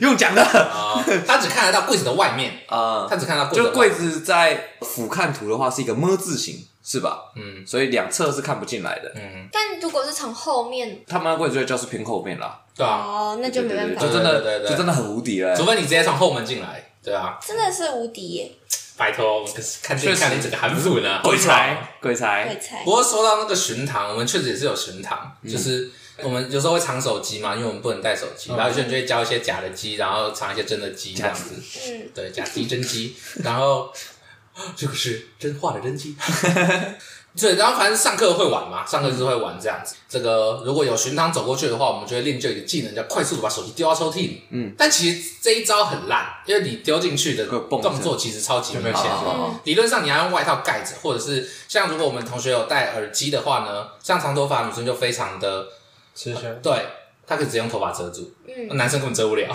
[SPEAKER 1] 用讲的
[SPEAKER 2] 啊，他只看得到柜子的外面，
[SPEAKER 1] 啊
[SPEAKER 2] 他只看到柜子
[SPEAKER 1] 就
[SPEAKER 2] 的
[SPEAKER 1] 柜
[SPEAKER 2] 外面
[SPEAKER 1] 子在俯瞰图的话是一个么字形，是吧？
[SPEAKER 2] 嗯
[SPEAKER 1] 所以两侧是看不进来的。
[SPEAKER 2] 嗯，
[SPEAKER 4] 但如果是从后面
[SPEAKER 1] 他们规则教室偏后面啦，
[SPEAKER 2] 对啊，
[SPEAKER 4] 哦，那就没办
[SPEAKER 1] 对
[SPEAKER 4] 法，
[SPEAKER 1] 对对就真的
[SPEAKER 2] 对对对对
[SPEAKER 1] 就真的很无敌了、
[SPEAKER 2] 除非你直接从后门进来，对啊，
[SPEAKER 4] 真的是无敌耶！
[SPEAKER 2] 拜托，我们可是看这
[SPEAKER 1] 确实
[SPEAKER 2] 看你整个韩服呢，
[SPEAKER 1] 鬼才鬼
[SPEAKER 4] 会
[SPEAKER 1] 才，
[SPEAKER 4] 猜
[SPEAKER 2] 啊不过说到那个巡堂，我们确实也是有巡堂，就是我们有时候会藏手机嘛，因为我们不能带手机，然后有些人就会交一些假的机，然后藏一些真的机这样子，
[SPEAKER 4] 嗯，
[SPEAKER 2] 对，假机真机，然后这个是真画的真 机。对，然后反正上课会玩嘛，上课就是会玩这样子。这个如果有巡堂走过去的话，我们就会练就一个技能，叫快速的把手机丢到抽屉里。嗯，但其实这一招很烂，因为你丢进去的
[SPEAKER 1] 会蹦
[SPEAKER 2] 动作其实超级明
[SPEAKER 3] 好
[SPEAKER 2] 显
[SPEAKER 3] 好
[SPEAKER 2] 的
[SPEAKER 3] 好。
[SPEAKER 1] 哦，
[SPEAKER 2] 理论上你要用外套盖着，或者是像如果我们同学有戴耳机的话呢，像长头发的女生就非常的
[SPEAKER 3] 吃香。
[SPEAKER 2] 对，她可以直接用头发遮住，
[SPEAKER 4] 嗯
[SPEAKER 2] 男生根本遮不了。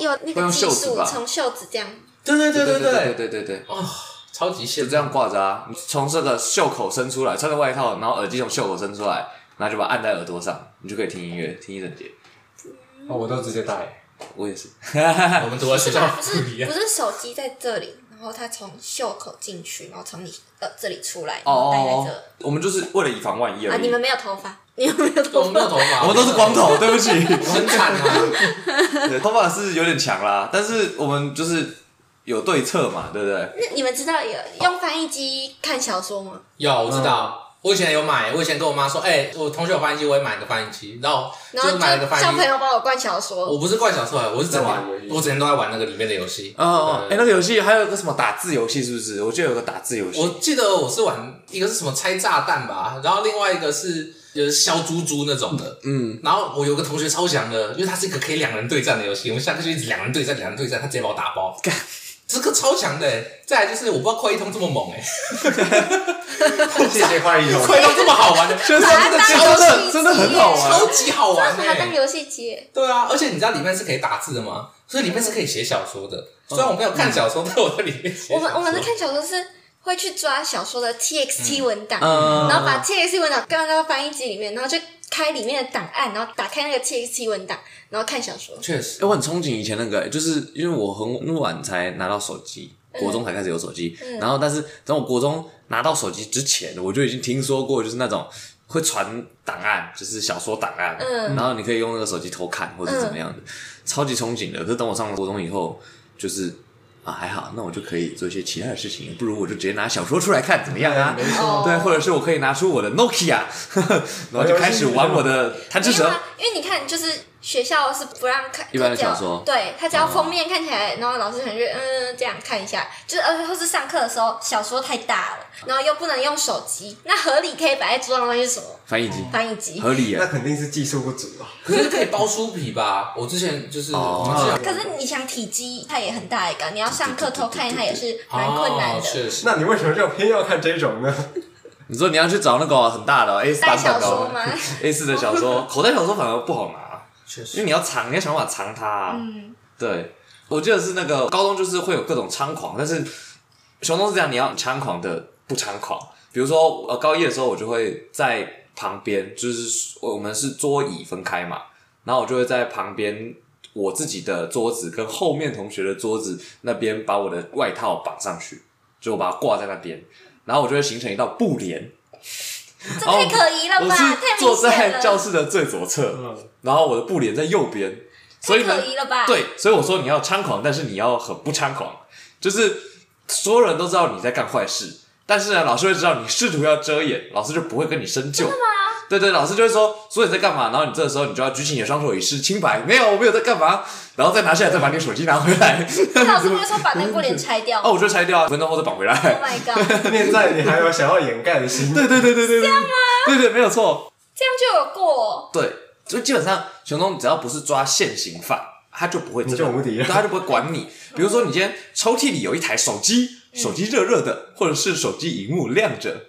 [SPEAKER 4] 有那
[SPEAKER 1] 会
[SPEAKER 4] 个
[SPEAKER 1] 用
[SPEAKER 4] 技
[SPEAKER 1] 袖子
[SPEAKER 4] 术
[SPEAKER 1] 吧
[SPEAKER 4] 从袖子这样，
[SPEAKER 2] 对对
[SPEAKER 1] 对对对，对对对，
[SPEAKER 2] 哦，超级
[SPEAKER 1] 就
[SPEAKER 2] 限
[SPEAKER 1] 这样挂着啊，从这个袖口伸出来，穿着外套，然后耳机从袖口伸出来，然后就把它按在耳朵上，你就可以听音乐，听一整节。
[SPEAKER 3] 哦，我都直接戴。
[SPEAKER 1] 我也是，
[SPEAKER 2] 我们读的学
[SPEAKER 4] 是
[SPEAKER 2] 校
[SPEAKER 4] 吧？不
[SPEAKER 2] 不一
[SPEAKER 4] 是
[SPEAKER 2] 样
[SPEAKER 4] 不。是手机在这里，然后它从袖口进去，然后从你呃这里出来，
[SPEAKER 1] 哦
[SPEAKER 4] 然后
[SPEAKER 1] 哦
[SPEAKER 4] 戴
[SPEAKER 1] 哦
[SPEAKER 4] 在，
[SPEAKER 1] 我们就是为了以防万一
[SPEAKER 4] 这啊！
[SPEAKER 1] 而
[SPEAKER 4] 你
[SPEAKER 1] 已。
[SPEAKER 4] 们没有头发，你们没有
[SPEAKER 2] 我
[SPEAKER 4] 头
[SPEAKER 2] 们没有
[SPEAKER 4] 发，
[SPEAKER 2] 头发，
[SPEAKER 1] 我们都是光， 头，对不起，
[SPEAKER 2] 很 惨啊。
[SPEAKER 1] 对头发是有点强啦，但是我们就是有对策嘛，对不对？
[SPEAKER 4] 那你们知道有用翻译机看小说吗？
[SPEAKER 2] 有，我知
[SPEAKER 1] 嗯
[SPEAKER 2] 道。我以前有买，我以前跟我妈说，哎、我同学有翻译机，我也买个翻译机，然后
[SPEAKER 4] 然后
[SPEAKER 2] 是买了个
[SPEAKER 4] 就叫
[SPEAKER 2] 翻译
[SPEAKER 4] 朋
[SPEAKER 2] 机。
[SPEAKER 4] 友帮我灌小说，
[SPEAKER 2] 我不是怪小出来，我是整
[SPEAKER 3] 在玩而已
[SPEAKER 2] 天，我整天都在玩那个里面的游戏。
[SPEAKER 1] 哦哦，哎，
[SPEAKER 2] 对
[SPEAKER 1] 那个游戏还有个什么打字游戏，是不是？我记得有个打字游戏，
[SPEAKER 2] 我记得我是玩一个是什么拆炸弹吧，然后另外一个是有削猪猪那种的，嗯，然后我有个同学超强的，因为他是一个可以两人对战的游戏，我们下课就一直两人对战，两人对战，他直接把我打爆，干，这个超强的、欸。再来就是我不知道快一通这么猛哎、
[SPEAKER 3] 谢谢花一
[SPEAKER 2] 快一通这么好玩的，
[SPEAKER 1] 真的真的真的真的很好玩，
[SPEAKER 2] 超级好玩
[SPEAKER 4] 把它
[SPEAKER 2] 哎、
[SPEAKER 4] 当游戏机耶。
[SPEAKER 2] 对啊，而且你知道里面是可以打字的吗？所以里面是可以写小说的。虽然我没有看小说，但我在里面写小说。
[SPEAKER 4] 我们我们在看小说是会去抓小说
[SPEAKER 2] 嗯
[SPEAKER 4] 的 txt 文档，
[SPEAKER 1] 嗯
[SPEAKER 4] 然后把 txt 文档灌到翻译机里面，然后就开里面的档案，然后打开那个 txt 文档，然后看小说。
[SPEAKER 2] 确实，
[SPEAKER 1] 欸我很憧憬以前那个、欸就是因为我很晚才拿到手机，国中才开始有手机，
[SPEAKER 4] 嗯
[SPEAKER 1] 然后但是等我国中拿到手机之前，我就已经听说过，就是那种会传档案，就是小说档案，
[SPEAKER 4] 嗯
[SPEAKER 1] 然后你可以用那个手机偷看或者是怎么样的，超级憧憬的。可是等我上了国中以后，就是。啊，还好，那我就可以做一些其他的事情，不如我就直接拿小说出来看怎么样啊？
[SPEAKER 3] 对没
[SPEAKER 4] 错
[SPEAKER 1] 对，或者是我可以拿出我的 Nokia，然后就开始玩我的贪吃
[SPEAKER 4] 没有
[SPEAKER 1] 蛇。
[SPEAKER 4] 啊，因为你看，就是学校是不让看
[SPEAKER 1] 一般的
[SPEAKER 4] 他只要
[SPEAKER 1] 小说
[SPEAKER 4] 对他只要封面看起来，然后老师可能就嗯这样看一下，就是呃，或是上课的时候小说太大了，然后又不能用手机，那合理可以摆在桌上的东西是什么？
[SPEAKER 1] 翻译机
[SPEAKER 4] 翻译机。
[SPEAKER 1] 合理啊
[SPEAKER 3] 那，肯定是技术不足啊。
[SPEAKER 2] 可是可以包书皮吧？我之前就是
[SPEAKER 1] 哦
[SPEAKER 2] 我们之前
[SPEAKER 4] 可是你想体积，它也很大一个，你要上课偷看它也是蛮困难的。
[SPEAKER 2] 哦确实，
[SPEAKER 3] 那你为什么就偏要看这种呢？
[SPEAKER 1] 你说你要去找那个很大的 A 四
[SPEAKER 4] 带
[SPEAKER 1] 版
[SPEAKER 4] 小
[SPEAKER 1] 本的
[SPEAKER 4] 说
[SPEAKER 1] 哦
[SPEAKER 4] 吗？
[SPEAKER 1] A 四的小 说，口袋小说反而不好拿，
[SPEAKER 2] 确
[SPEAKER 1] 因为
[SPEAKER 2] 实。
[SPEAKER 1] 你要藏，你要想办法藏它、
[SPEAKER 4] 嗯，
[SPEAKER 1] 对，我记得是那个高中就是会有各种猖狂，但是熊东是这样，你要猖狂的不猖狂。比如说呃高一的时候，我就会在旁边，就是我们是桌椅分开嘛，然后我就会在旁边我自己的桌子跟后面同学的桌子那边把我的外套绑上去，就我把它挂在那边，然后我就会形成一道布帘。
[SPEAKER 4] 这太可疑了
[SPEAKER 1] 哦我
[SPEAKER 4] 吧？
[SPEAKER 1] 是
[SPEAKER 4] 太明
[SPEAKER 1] 坐
[SPEAKER 4] 显
[SPEAKER 1] 在
[SPEAKER 4] 了，
[SPEAKER 1] 教室的最左侧，
[SPEAKER 3] 嗯，
[SPEAKER 1] 然后我的布帘在右边，所以
[SPEAKER 4] 太
[SPEAKER 1] 呢
[SPEAKER 4] 可，疑了吧？，
[SPEAKER 1] 对，所以我说你要猖狂，但是你要很不猖狂，就是所有人都知道你在干坏事，但是呢，老师会知道你试图要遮掩，老师就不会跟你深究。对对，老师就会说，所以你在干嘛？然后你这时候你就要举起你的双手以示清白，没有，我没有在干嘛，然后再拿下来，再把你的手机拿回来。
[SPEAKER 4] 老师不是说把那个布帘拆掉
[SPEAKER 1] 哦，我就拆掉啊，五分钟后再绑回来。
[SPEAKER 4] ？Oh my god！
[SPEAKER 3] 现在你还有想要掩盖的心，
[SPEAKER 1] 对对对对对对，这样吗？对对，没有错。
[SPEAKER 4] 这样就有过。
[SPEAKER 1] 对，就基本上熊东只要不是抓现行犯，他就不会真的
[SPEAKER 3] 你就无敌了
[SPEAKER 1] 对他就不会管你。比如说你今天抽屉里有一台手机，
[SPEAKER 4] 嗯
[SPEAKER 1] 手机热热的，或者是手机荧幕亮着，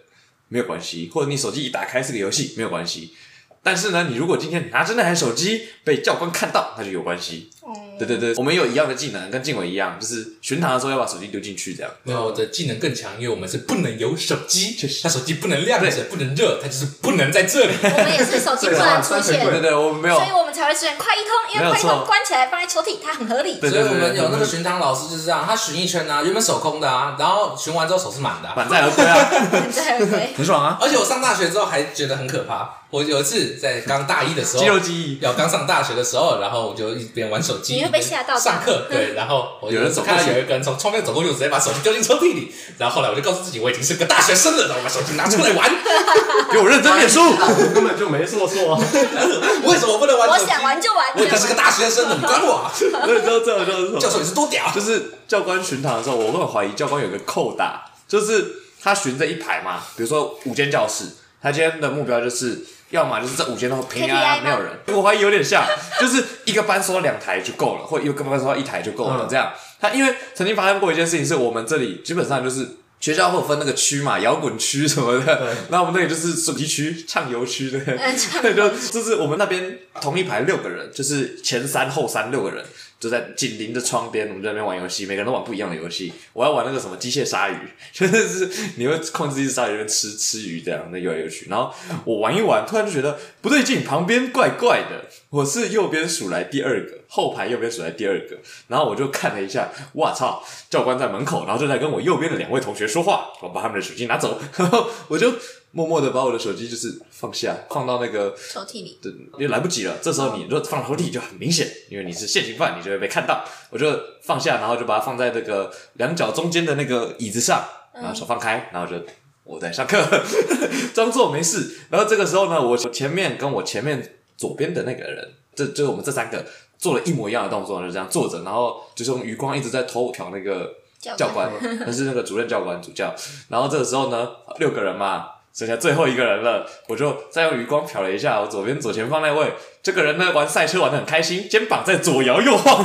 [SPEAKER 1] 没有关系；或者你手机一打开是个游戏，没有关系。但是呢，你如果今天拿着那台手机被教官看到，那就有关系。
[SPEAKER 4] 嗯
[SPEAKER 1] 对对对，我们有一样的技能，跟静伟一样，就是巡堂的时候要把手机丢进去，这样。
[SPEAKER 2] 没有，我的技能更强，因为我们是不能有手机
[SPEAKER 1] 确实，
[SPEAKER 2] 它手机不能亮着，不能热，它就是不能在这里。
[SPEAKER 4] 我们也是手机不能出现，
[SPEAKER 1] 对对对，我们没有
[SPEAKER 4] 所。以我们才会出现快一通，因
[SPEAKER 1] 哦没有
[SPEAKER 4] 为快一
[SPEAKER 1] 错
[SPEAKER 4] 通关起来放在抽屉，它很合理。
[SPEAKER 1] 对
[SPEAKER 2] 所以我们有那个巡堂老师就是这样，他巡一圈啊，原本手空的啊，然后巡完之后手是满的啊、
[SPEAKER 1] 满载而归啊，
[SPEAKER 4] 对 对对，
[SPEAKER 1] 很爽啊！
[SPEAKER 2] 而且我上大学之后还觉得很可怕。我有一次在刚大一的时候
[SPEAKER 1] 肌，肉记忆，
[SPEAKER 2] 要刚上大学的时候，然后我就一边玩手机，
[SPEAKER 4] 你会被吓到吧
[SPEAKER 2] 一边上 课对，然后我就
[SPEAKER 1] 有人走过去
[SPEAKER 2] 看到有一个人从窗边走过去，我直接把手机丢进抽屉里。然后后来我就告诉自己，我已经是个大学生了，然后把手机拿出来 玩。
[SPEAKER 1] 给我认真念书。
[SPEAKER 3] 我根本就没做错啊。
[SPEAKER 2] 为什么不能玩
[SPEAKER 4] 我
[SPEAKER 2] 手机？
[SPEAKER 4] 想玩就玩。
[SPEAKER 2] 我已经是个大学生了，你管我啊？
[SPEAKER 1] 对，知道知道知道
[SPEAKER 2] 教授你是多屌？
[SPEAKER 1] 就是教官巡堂的时候，我很怀疑教官有个扣打，就是他巡这一排嘛，比如说五间教室，他今天的目标就是要么就是这五间都平平安
[SPEAKER 4] KPI
[SPEAKER 1] 安
[SPEAKER 4] 吗
[SPEAKER 1] 没有人，我怀疑有点像， 就是一个班收两台就够了，或一个班收到一台就够了、
[SPEAKER 3] 嗯
[SPEAKER 1] 这样。他因为曾经发生过一件事情，是我们这里基本上就是。学校会有分那个区嘛，摇滚区什么的，那我们那里就是手机区、畅游区的，
[SPEAKER 4] 嗯畅
[SPEAKER 1] 对，就就是我们那边同一排六个人，就是前三后三六个人，就在紧邻着窗边，我们在那边玩游戏，每个人都玩不一样的游戏。我要玩那个什么机械鲨鱼，就是你会控制一只鲨鱼在那边吃吃鱼这样，那游来游去。然后我玩一玩，突然就觉得不对劲，旁边怪怪的。我是右边数来第二个，后排右边数来第二个，然后我就看了一下，哇操！教官在门口，然后正在跟我右边的两位同学说话，我把他们的手机拿走， 然后我就默默的把我的手机就是放下，放到那个
[SPEAKER 4] 抽屉里，
[SPEAKER 1] 对，也来不及了。这时候你若放抽屉就很明显，因为你是现行犯，你就会被看到。我就放下，然后就把它放在这个两脚中间的那个椅子上，然后手放开，然后就我在上课， 装作没事。然后这个时候呢，我前面跟我前面左边的那个人，这就是我们这三个做了一模一样的动作，就这样坐着，然后就是用余光一直在偷瞟那个
[SPEAKER 4] 教
[SPEAKER 1] 教官，那是那个主任教官主教。然后这个时候呢，六个人嘛，剩下最后一个人了，我就再用余光瞟了一下我左边左前方那位，这个人呢玩赛车玩的很开心，肩膀在左摇右 晃，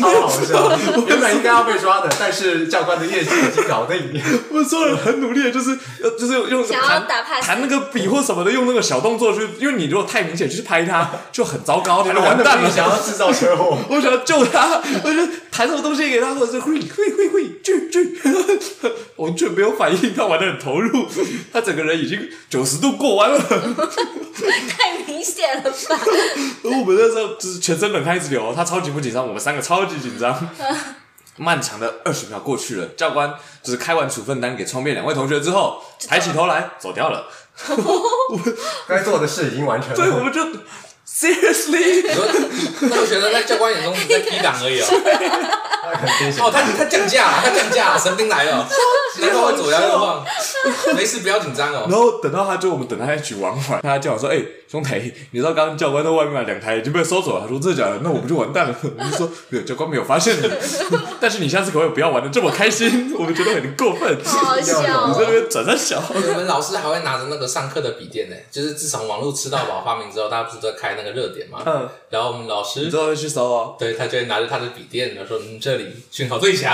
[SPEAKER 3] 超好笑，原本应该要被抓的，但是教官的业绩已经搞定你。
[SPEAKER 1] 我做了很努力，就是呃，就是用
[SPEAKER 4] 想要
[SPEAKER 1] 弹
[SPEAKER 4] 打 pass
[SPEAKER 1] 弹那个笔或什么的，用那个小动作去，因为你如果太明显去拍他，就很糟 糕，他就完 蛋了。
[SPEAKER 3] 想要制造车祸，
[SPEAKER 1] 我想要救他，我就弹什么东西给他，或者是会会会会去去，完全没有反应，他玩的很投入，他整个人已经九十度过弯了。
[SPEAKER 4] 太明显了吧？
[SPEAKER 1] 而我们那时候就是全身冷汗一直流，他超级不紧张，我们三个超级紧张。漫长的二十秒过去了，教官就是开完处分单给窗边两位同学之后，抬起头来走掉 了。
[SPEAKER 3] 该做的事已经完成
[SPEAKER 1] 对，我
[SPEAKER 3] 了。
[SPEAKER 1] 们就 seriously，
[SPEAKER 2] 你说那我觉得在教官眼中你在低档而已哦。
[SPEAKER 3] 那肯定是
[SPEAKER 2] 哦，他他降价了，他降价了，神兵 来了，难怪会左
[SPEAKER 4] 哦
[SPEAKER 2] 摇右晃。没事，不要紧张哦。
[SPEAKER 1] 然后等到他就我们等他一起玩完，他叫我说：“哎、兄弟，你知道刚刚教官在外面买两台已经被收走了。”他说：“真的假的？那我不就完蛋了？” 我就说：“没有，教官没有发现你， 但是你下次可不可以不要玩的这么开心？我们觉得很过分。”
[SPEAKER 4] 好好笑
[SPEAKER 1] 你这
[SPEAKER 4] 哦，
[SPEAKER 1] 边转三小，
[SPEAKER 2] 我们老师还会拿着那个上课的笔电呢，就是自从网络吃到饱发明之后，大家不是都在开那个热点嘛？
[SPEAKER 1] 嗯，
[SPEAKER 2] 然后我们老
[SPEAKER 1] 你
[SPEAKER 2] 师
[SPEAKER 1] 之后会去搜哦。
[SPEAKER 2] 对他就会拿着他的笔电，然后说：“嗯，这里讯号 最强，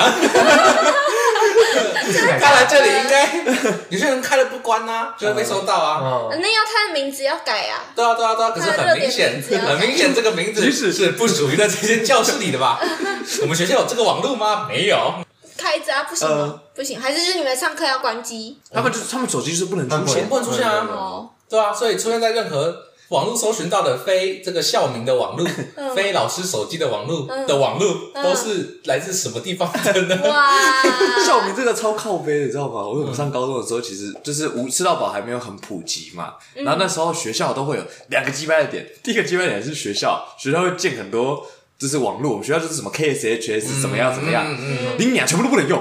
[SPEAKER 2] 看来这里 应该有些人开了不关呐、就会被收到
[SPEAKER 1] 嗯
[SPEAKER 2] 啊。
[SPEAKER 3] 哦，
[SPEAKER 4] 那要他的名字要改啊。”
[SPEAKER 2] 对啊，对啊，对啊！可是
[SPEAKER 4] 他的热
[SPEAKER 2] 很
[SPEAKER 4] 点
[SPEAKER 2] 明显
[SPEAKER 4] 名字，啊
[SPEAKER 2] 很明显，这个名字
[SPEAKER 1] 即使
[SPEAKER 2] 是不属于在这间教室里的吧？ 我们学校有这个网络吗？没有。
[SPEAKER 4] 开着啊，不行
[SPEAKER 1] 呃
[SPEAKER 4] 吗？不行，还是就是你们上课要关机
[SPEAKER 1] 他们就是他们手机是不能
[SPEAKER 3] 他
[SPEAKER 1] 出
[SPEAKER 3] 们
[SPEAKER 1] 现，
[SPEAKER 2] 不能出现啊
[SPEAKER 4] 哦。
[SPEAKER 2] 对啊，所以出现在任何网络搜寻到的非这个校名的网络、
[SPEAKER 4] 嗯
[SPEAKER 2] 非老师手机的网络、
[SPEAKER 4] 嗯
[SPEAKER 2] 的网络，
[SPEAKER 4] 嗯
[SPEAKER 2] 都是来自什么地方的呢？
[SPEAKER 4] 哇
[SPEAKER 1] 校名这个超靠背的，你知道吗？我我上高中的时候，其实就是无吃到饱还没有很普及嘛。然后那时候学校都会有两个击败的点，第一个击败点是学校，学校会建很多就是网络，我们学校就是什么 KSHS 怎么样怎么样，
[SPEAKER 2] 嗯嗯
[SPEAKER 1] 你俩全部都不能用，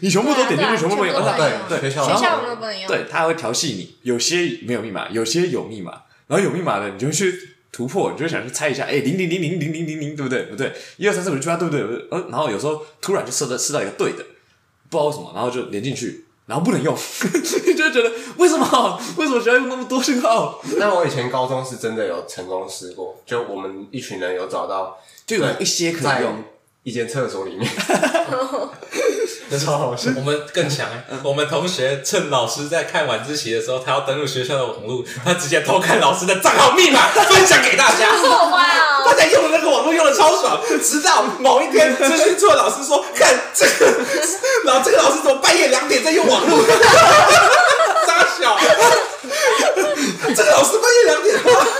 [SPEAKER 1] 你全部都点进去，
[SPEAKER 4] 对啊
[SPEAKER 1] 全部都不能用。
[SPEAKER 4] 全部都不能
[SPEAKER 1] 而且
[SPEAKER 4] 用
[SPEAKER 3] 对，学校
[SPEAKER 4] 学校我们都不能用。
[SPEAKER 1] 对，他还会调戏你，有些没有密码，有些有密码，然后有密码的你就会去突破，你就会想去猜一下，哎，零零零零零零零零，对不对？不对，一二三四五六七八，对不对？不对嗯，然后有时候突然就射到射到一个对的，不知道为什么，然后就连进去，然后不能用， 你就会觉得为什么？为什么学校用那么多信号？
[SPEAKER 3] 但我以前高中是真的有成功试过，就我们一群人有找到
[SPEAKER 1] 就有一些可以
[SPEAKER 3] 在
[SPEAKER 1] 用，
[SPEAKER 3] 一间厕所里 面，超好笑。
[SPEAKER 2] 我们更强欸，我们同学趁老师在看晚自习的时候，他要登录学校的网络，他直接偷看老师的账号密码，分享给大家。
[SPEAKER 4] 错哇
[SPEAKER 2] 大
[SPEAKER 4] 哦！
[SPEAKER 2] 家用的那个网络用的超爽，直到某一天资讯处的老师说：“ 看这个，然后这个老师怎么半夜两点在用网络？” 傻小， 这个老师半夜两点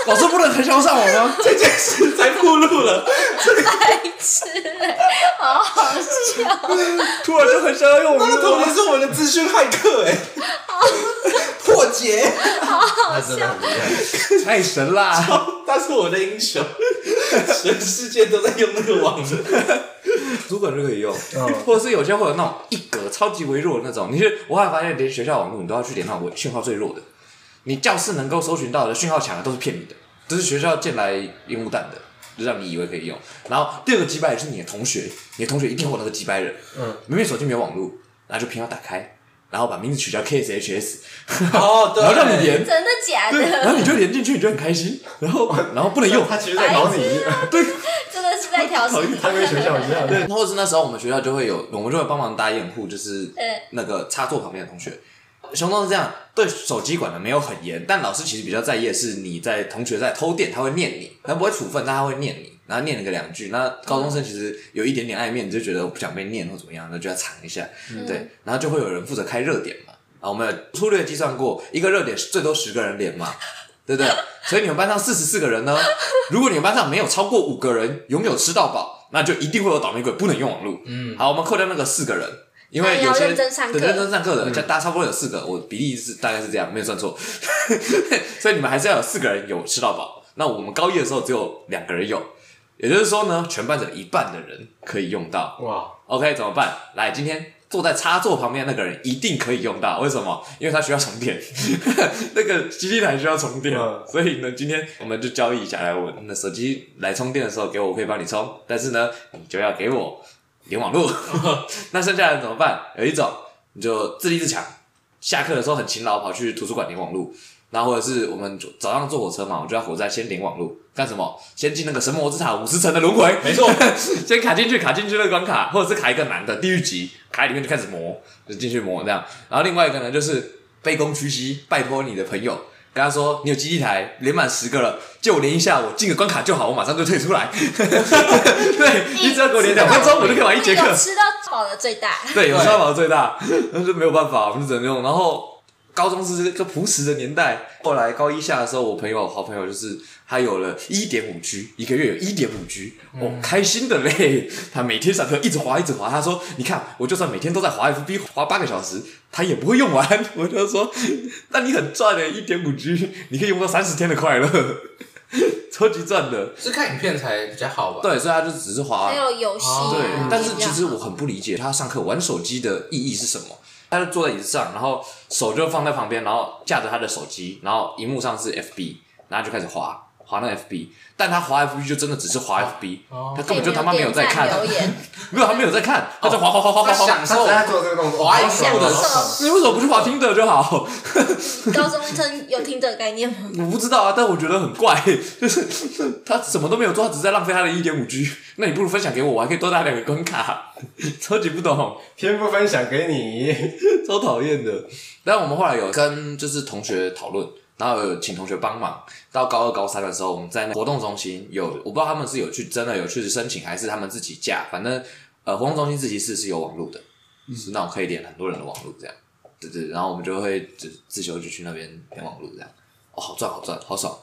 [SPEAKER 1] 老师不能很想上网吗？
[SPEAKER 2] 这件事才暴露了。
[SPEAKER 4] 白痴欸，好好笑，
[SPEAKER 1] 突然就很想要用
[SPEAKER 2] 那个同学是我们的资讯骇客 哎、破解，
[SPEAKER 3] 他真的很厉害，
[SPEAKER 1] 太神啦！
[SPEAKER 2] 他是我的英雄，全世界都在用那个网络。
[SPEAKER 1] 主管就可以用
[SPEAKER 3] 嗯，
[SPEAKER 1] 或者是有些会有那种一格超级微弱的那种。你是我后来发现，连学校网络你都要去点那种讯号最弱的。你教室能够搜寻到的讯号强的都是骗你的，这是学校建来烟雾弹的，就让你以为可以用。然后第二个击败人是你的同学，你的同学一定会有那个击败人。
[SPEAKER 3] 嗯，
[SPEAKER 1] 明明手机没有网络，然后就偏要打开，然后把名字取叫 KSHS，
[SPEAKER 2] 哦，对，
[SPEAKER 1] 然后让你连，
[SPEAKER 4] 真的假
[SPEAKER 1] 对，然
[SPEAKER 4] 的？
[SPEAKER 1] 后你就连进去，你就很开心。然后然后不能用，
[SPEAKER 3] 他其实在搞你，
[SPEAKER 1] 对，
[SPEAKER 4] 真的是在调戏你。
[SPEAKER 3] 他跟学校一样，
[SPEAKER 1] 对，或者是那时候我们学校就会有，我们就会帮忙搭掩护，就是
[SPEAKER 4] 嗯
[SPEAKER 1] 那个插座旁边的同学。熊东是这样，对手机管的没有很严，但老师其实比较在意的是你在同学在偷电，他会念你，他不会处分，但他会念你，然后念你个两句。那高中生其实有一点点爱面，你就觉得我不想被念或怎么样，那就要藏一下，对，然后就会有人负责开热点嘛。啊，我们有粗略计算过，一个热点是最多十个人连嘛，对不对？所以你们班上四十四个 人呢，如果你们班上没有超过五个人拥有吃到饱，那就一定会有倒霉鬼不能用网络。嗯，好，我们扣掉那个四个人，因
[SPEAKER 4] 那
[SPEAKER 1] 为
[SPEAKER 4] 也
[SPEAKER 1] 有
[SPEAKER 4] 要
[SPEAKER 1] 些
[SPEAKER 4] 认真上
[SPEAKER 1] 对
[SPEAKER 4] 课嗯
[SPEAKER 1] 认真上课的，就大家差不多有四个，我比例是大概是这样，没有算错。 所以你们还是要有四个人有吃到饱。那我们高一的时候只有两个人有，也就是说呢，全班只有一半的人可以用到。
[SPEAKER 3] 哇，
[SPEAKER 1] OK，怎么办？来，今天坐在插座旁边那个人一定可以用到，为什么？因为他需要充电， 那个基地台需要充电，
[SPEAKER 3] 嗯
[SPEAKER 1] 所以呢，今天我们就交易一下来，我们的手机来充电的时候给我，我可以帮你充，但是呢，你就要给我连网络。 那剩下的人怎么办？有一种你就自立自强，下课的时候很勤劳跑去图书馆连网络。然后或者是我们早上坐火车嘛，我就要火车站先连网络，干什么？先进那个神魔之塔五十层的轮回，
[SPEAKER 2] 没错，
[SPEAKER 1] 先卡进去，卡进去那个关卡，或者是卡一个难的地狱级，卡里面就开始磨，就进去磨这样。然后另外一个呢，就是卑躬屈膝，拜托你的朋友，跟他说你有基地台连满十个了，借我连一下，我进个关卡就好，我马上就退出来。 对你只要给我连两分钟，我就可以玩一节课啊
[SPEAKER 4] 有。吃到饱的最大，
[SPEAKER 1] 对，有消保最大， 那就没有办法，我们只能用。然后高中是一个朴实的年代，后来高一下的时候，我朋友好朋友就是他有了一点五 G，一个月有一点五 G，哦，开心的嘞。他每天上课一直滑一直滑，他说：“你看，我就算每天都在滑 FB 滑八个小时，他也不会用完。” 我就说：“那你很赚的，欸一点五 G，你可以用到三十天的快乐， 超级赚的。”
[SPEAKER 2] 是看影片才比较好吧？
[SPEAKER 1] 对，所以他就只是滑
[SPEAKER 4] 还有游戏啊。
[SPEAKER 1] 对
[SPEAKER 2] 嗯，
[SPEAKER 1] 但是其实我很不理解他上课玩手机的意义是什么。他就坐在椅子上，然后手就放在旁边，然后架着他的手机，然后荧幕上是 FB，然后就开始滑滑那 FB。但他滑 FB 就真的只是滑 FB，、
[SPEAKER 2] 哦
[SPEAKER 1] 他根本就他妈没有在看，
[SPEAKER 4] 点赞留言，
[SPEAKER 1] 没有他没有在看，他在滑滑滑滑滑
[SPEAKER 2] 他
[SPEAKER 1] 滑。
[SPEAKER 2] 享
[SPEAKER 3] 他只
[SPEAKER 2] 受
[SPEAKER 3] 在做这个动作，
[SPEAKER 2] 滑一
[SPEAKER 3] 好爽
[SPEAKER 2] 下
[SPEAKER 3] 好
[SPEAKER 2] 的
[SPEAKER 3] 爽
[SPEAKER 4] 手
[SPEAKER 1] 哎你为什么不去滑听的就好？
[SPEAKER 4] 高中生有听这个概念吗？
[SPEAKER 1] 我不知道啊，但我觉得很怪，就是 他什么都没有做，他只是在浪费他的一点五 G。那你不如分享给我，我还可以多打两个关卡，超级不懂。
[SPEAKER 3] 天赋分享给你，
[SPEAKER 1] 超讨厌的。但我们后来有跟就是同学讨论，然后有请同学帮忙。到高二、高三的时候，我们在那活动中心有，我不知道他们是有去真的有去申请，还是他们自己架。反正呃，活动中心自习室是有网络的，是那种可以连很多人的网络这样。对对，然后我们就会自自修就去那边连网络这样。哦，好赚，好赚，好爽。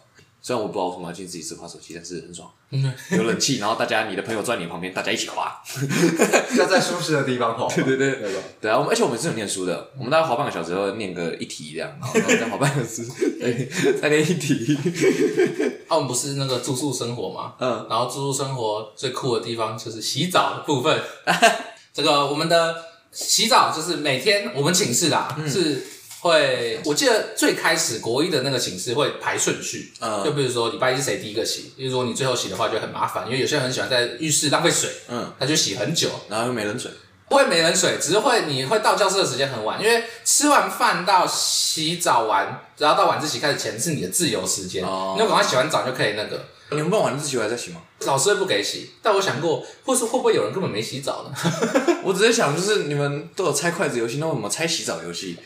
[SPEAKER 1] 虽然我不知道为什么要进自习室划手机，但是很爽。
[SPEAKER 2] 嗯
[SPEAKER 1] 有冷气，然后大家你的朋友坐在你旁边，大家一起滑。
[SPEAKER 3] 要在舒适的地方跑。对
[SPEAKER 1] 对对
[SPEAKER 3] 对吧？
[SPEAKER 1] 对啊，我们而且我们是有念书的，我们大概滑半个小时后念个一题这样，然后再滑半个小时， 对，再念一题。
[SPEAKER 2] 澳门不是那个住宿生活嘛，
[SPEAKER 1] 嗯，
[SPEAKER 2] 然后住宿生活最酷的地方就是洗澡的部 分。这个我们的洗澡就是每天我们寝室啦、
[SPEAKER 1] 嗯
[SPEAKER 2] 是会，我记得最开始国一的那个寝室会排顺序，
[SPEAKER 1] 嗯
[SPEAKER 2] 就比如说礼拜一是谁第一个洗，因为如果你最后洗的话就很麻烦，因为有些人很喜欢在浴室浪费水，
[SPEAKER 1] 嗯，
[SPEAKER 2] 他就洗很久，
[SPEAKER 1] 然后又没冷水，
[SPEAKER 2] 不会没人水，只是会你会到教室的时间很晚，因为吃完饭到洗澡完，然后到晚自习开始前是你的自由时间，
[SPEAKER 1] 哦
[SPEAKER 2] 你就赶快洗完澡就可以那个。
[SPEAKER 1] 你们办完自习回来再洗吗？
[SPEAKER 2] 老师会不给洗，但我想过，或是会不会有人根本没洗澡呢？
[SPEAKER 1] 我只是想，就是你们都有拆筷子游戏，那为什么拆洗澡游戏？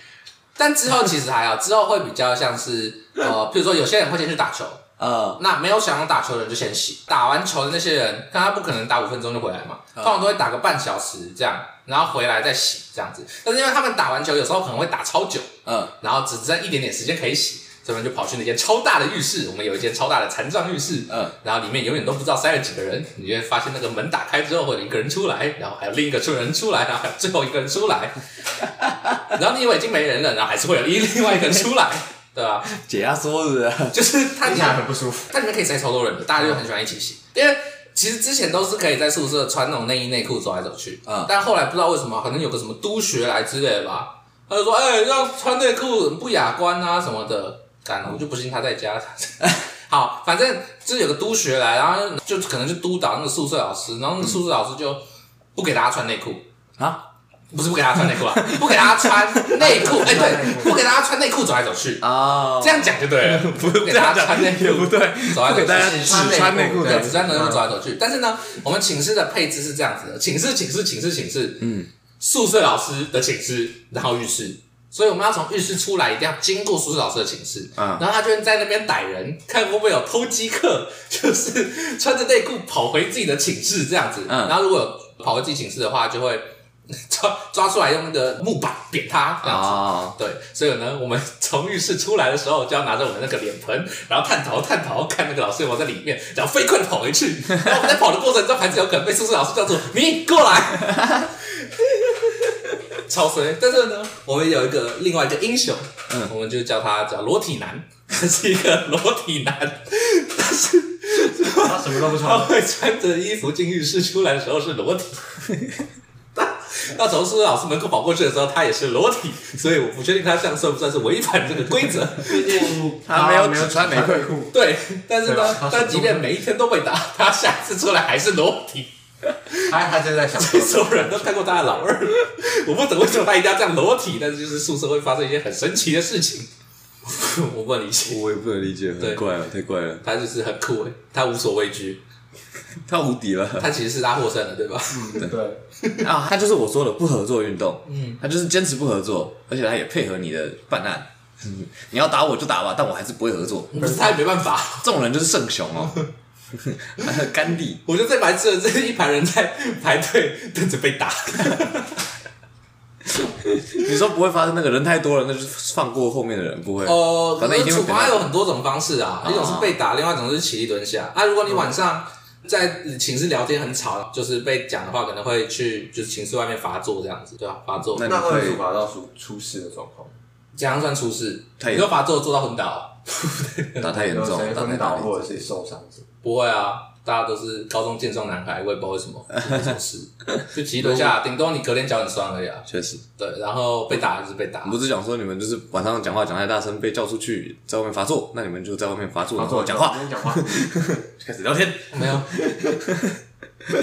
[SPEAKER 2] 但之后其实还好，之后会比较像是呃，比如说有些人会先去打球，
[SPEAKER 1] 呃，
[SPEAKER 2] 那没有想要打球的人就先洗，打完球的那些人，但他不可能打五分钟就回来嘛，通常都会打个半小时这样，然后回来再洗这样子。但是因为他们打完球有时候可能会打超久，
[SPEAKER 1] 嗯，
[SPEAKER 2] 然后只剩一点点时间可以洗，所以他们就跑去那间超大的浴室，我们有一间超大的残障浴室，
[SPEAKER 1] 嗯，
[SPEAKER 2] 然后里面永远都不知道塞了几个人，你就会发现那个门打开之后会有一个人出来，然后还有另一个出人出来，然后还有最后一个人出来，然后你以为已经没人了，然后还是会有另另外一个人出来，对吧？
[SPEAKER 1] 解压缩啊是不是？
[SPEAKER 2] 就是他
[SPEAKER 3] 听起来很不舒服。
[SPEAKER 2] 它里面可以塞超多人的，大家
[SPEAKER 1] 嗯
[SPEAKER 2] 就很喜欢一起洗，因为。其实之前都是可以在宿舍穿那种内衣内裤走来走去，
[SPEAKER 1] 嗯
[SPEAKER 2] 但后来不知道为什么，可能有个什么督学来之类的吧，他就说：“哎、要穿内裤很不雅观啊什么的。”干，我就不信他在家。 好，反正就是有个督学来，然后就可能就督导那个宿舍老师，然后那个宿舍老师就不给大家穿内裤，
[SPEAKER 1] 啊
[SPEAKER 2] 不是不给大家穿内 裤啊，不给大家穿内裤，哎、对，不给大家穿内裤走来走去，
[SPEAKER 1] 啊
[SPEAKER 2] 这样讲就 对了，不给大家穿内
[SPEAKER 1] 也
[SPEAKER 2] 裤
[SPEAKER 1] 不对，
[SPEAKER 2] 走来走
[SPEAKER 1] 不
[SPEAKER 2] 去
[SPEAKER 1] 给大家
[SPEAKER 3] 只
[SPEAKER 1] 只
[SPEAKER 3] 穿
[SPEAKER 1] 穿
[SPEAKER 3] 内
[SPEAKER 1] 内
[SPEAKER 3] 裤
[SPEAKER 1] 裤
[SPEAKER 2] 对，
[SPEAKER 1] 的
[SPEAKER 2] 只在能够走来走
[SPEAKER 1] 嗯
[SPEAKER 2] 去。但是呢，我们寝室的配置是这样子的：寝室、寝室、寝室、寝室，
[SPEAKER 1] 嗯，
[SPEAKER 2] 宿舍老师的寝室，然后浴室。所以我们要从浴室出来，一定要经过宿舍老师的寝室。
[SPEAKER 1] 嗯
[SPEAKER 2] 然后他就会在那边逮人，看会不会有偷鸡客， 就是穿着内裤跑回自己的寝室这样子。
[SPEAKER 1] 嗯
[SPEAKER 2] 然后如果有跑回自己寝室的话，就会 抓抓出来用那个木板扁他这样子。
[SPEAKER 1] 啊，
[SPEAKER 2] 对，所以呢，我们从浴室出来的时候，就要拿着我们那个脸盆，然后探头探头看那个老师有没有在里面，然后飞快的跑回去。然后我们在跑的过程中，还是有可能被宿舍老师叫住：“你过来。” 超衰，但是呢，我们有一个另外一个英雄，
[SPEAKER 1] 嗯
[SPEAKER 2] 我们就叫他叫裸体男， 他是一个裸体男，但是
[SPEAKER 3] 他什么都不
[SPEAKER 2] 他
[SPEAKER 3] 穿，
[SPEAKER 2] 会穿着衣服进浴室，出来的时候是裸体。 他他从宿舍老师门口跑过去的时候，他也是裸体，所以我不确定他这样算不算是违反这个规则。
[SPEAKER 3] 毕竟
[SPEAKER 1] 他没有只穿内裤
[SPEAKER 3] 裤。
[SPEAKER 2] 对，但是
[SPEAKER 3] 对
[SPEAKER 2] 呢
[SPEAKER 3] 啊他，是
[SPEAKER 2] 但即便每一天都被打，他下次出来还是裸体。
[SPEAKER 3] 他他就在想说，
[SPEAKER 2] 所有人都看过他的老二，我不懂为什么他一定要这样裸体，但是就是宿舍会发生一些很神奇的事情， 我不能理解。
[SPEAKER 1] 我也不能理解，
[SPEAKER 2] 对
[SPEAKER 1] 很怪了，太怪了，
[SPEAKER 2] 他就是很酷诶，欸他无所畏惧，
[SPEAKER 1] 他无敌了
[SPEAKER 2] 他其实是他获胜了，对吧？
[SPEAKER 3] 嗯对，
[SPEAKER 1] 啊！他就是我说的不合作运动，
[SPEAKER 2] 嗯，
[SPEAKER 1] 他就是坚持不合作，而且他也配合你的办案。 你要打我就打吧，但我还是不会合作。
[SPEAKER 2] 可是他也没办法。
[SPEAKER 1] 这种人就是圣雄哦， 甘地。
[SPEAKER 2] 我就最白痴的这一排人在排队等着被打，
[SPEAKER 1] 你说不会发生那个人太多了，那就是放过后面的人，不会。
[SPEAKER 2] 哦，
[SPEAKER 1] 反正一定会
[SPEAKER 2] 处
[SPEAKER 1] 被打
[SPEAKER 2] 罚有很多种方式啊，一种是被打，另外一种是起立蹲下。啊，如果你晚上在寝室聊天很吵，就是被讲的话，可能会去就是寝室外面罚坐这样子，对吧、罚坐
[SPEAKER 1] 那
[SPEAKER 3] 那会处罚到出出事的状况，
[SPEAKER 2] 怎样算出事？
[SPEAKER 1] 太
[SPEAKER 2] 你说罚坐坐到昏倒？啊
[SPEAKER 1] 打太严
[SPEAKER 3] 有
[SPEAKER 1] 重
[SPEAKER 3] 谁，
[SPEAKER 1] 打太
[SPEAKER 3] 昏
[SPEAKER 1] 大
[SPEAKER 3] 倒
[SPEAKER 1] 力。
[SPEAKER 3] 或者是受伤之类的
[SPEAKER 2] 不会啊，大家都是高中健壮男孩，我也不知道为什 么没什么事，就起立蹲下，顶多你隔天脚很酸而已啊。
[SPEAKER 1] 确实，
[SPEAKER 2] 对，然后被打就是被打
[SPEAKER 1] 我，不是讲说你们就是晚上讲话讲太大声，被叫出去，在外面罚坐，那你们就在外面罚坐，然后讲话，
[SPEAKER 3] 讲话，
[SPEAKER 1] 开始聊天。
[SPEAKER 2] 没有。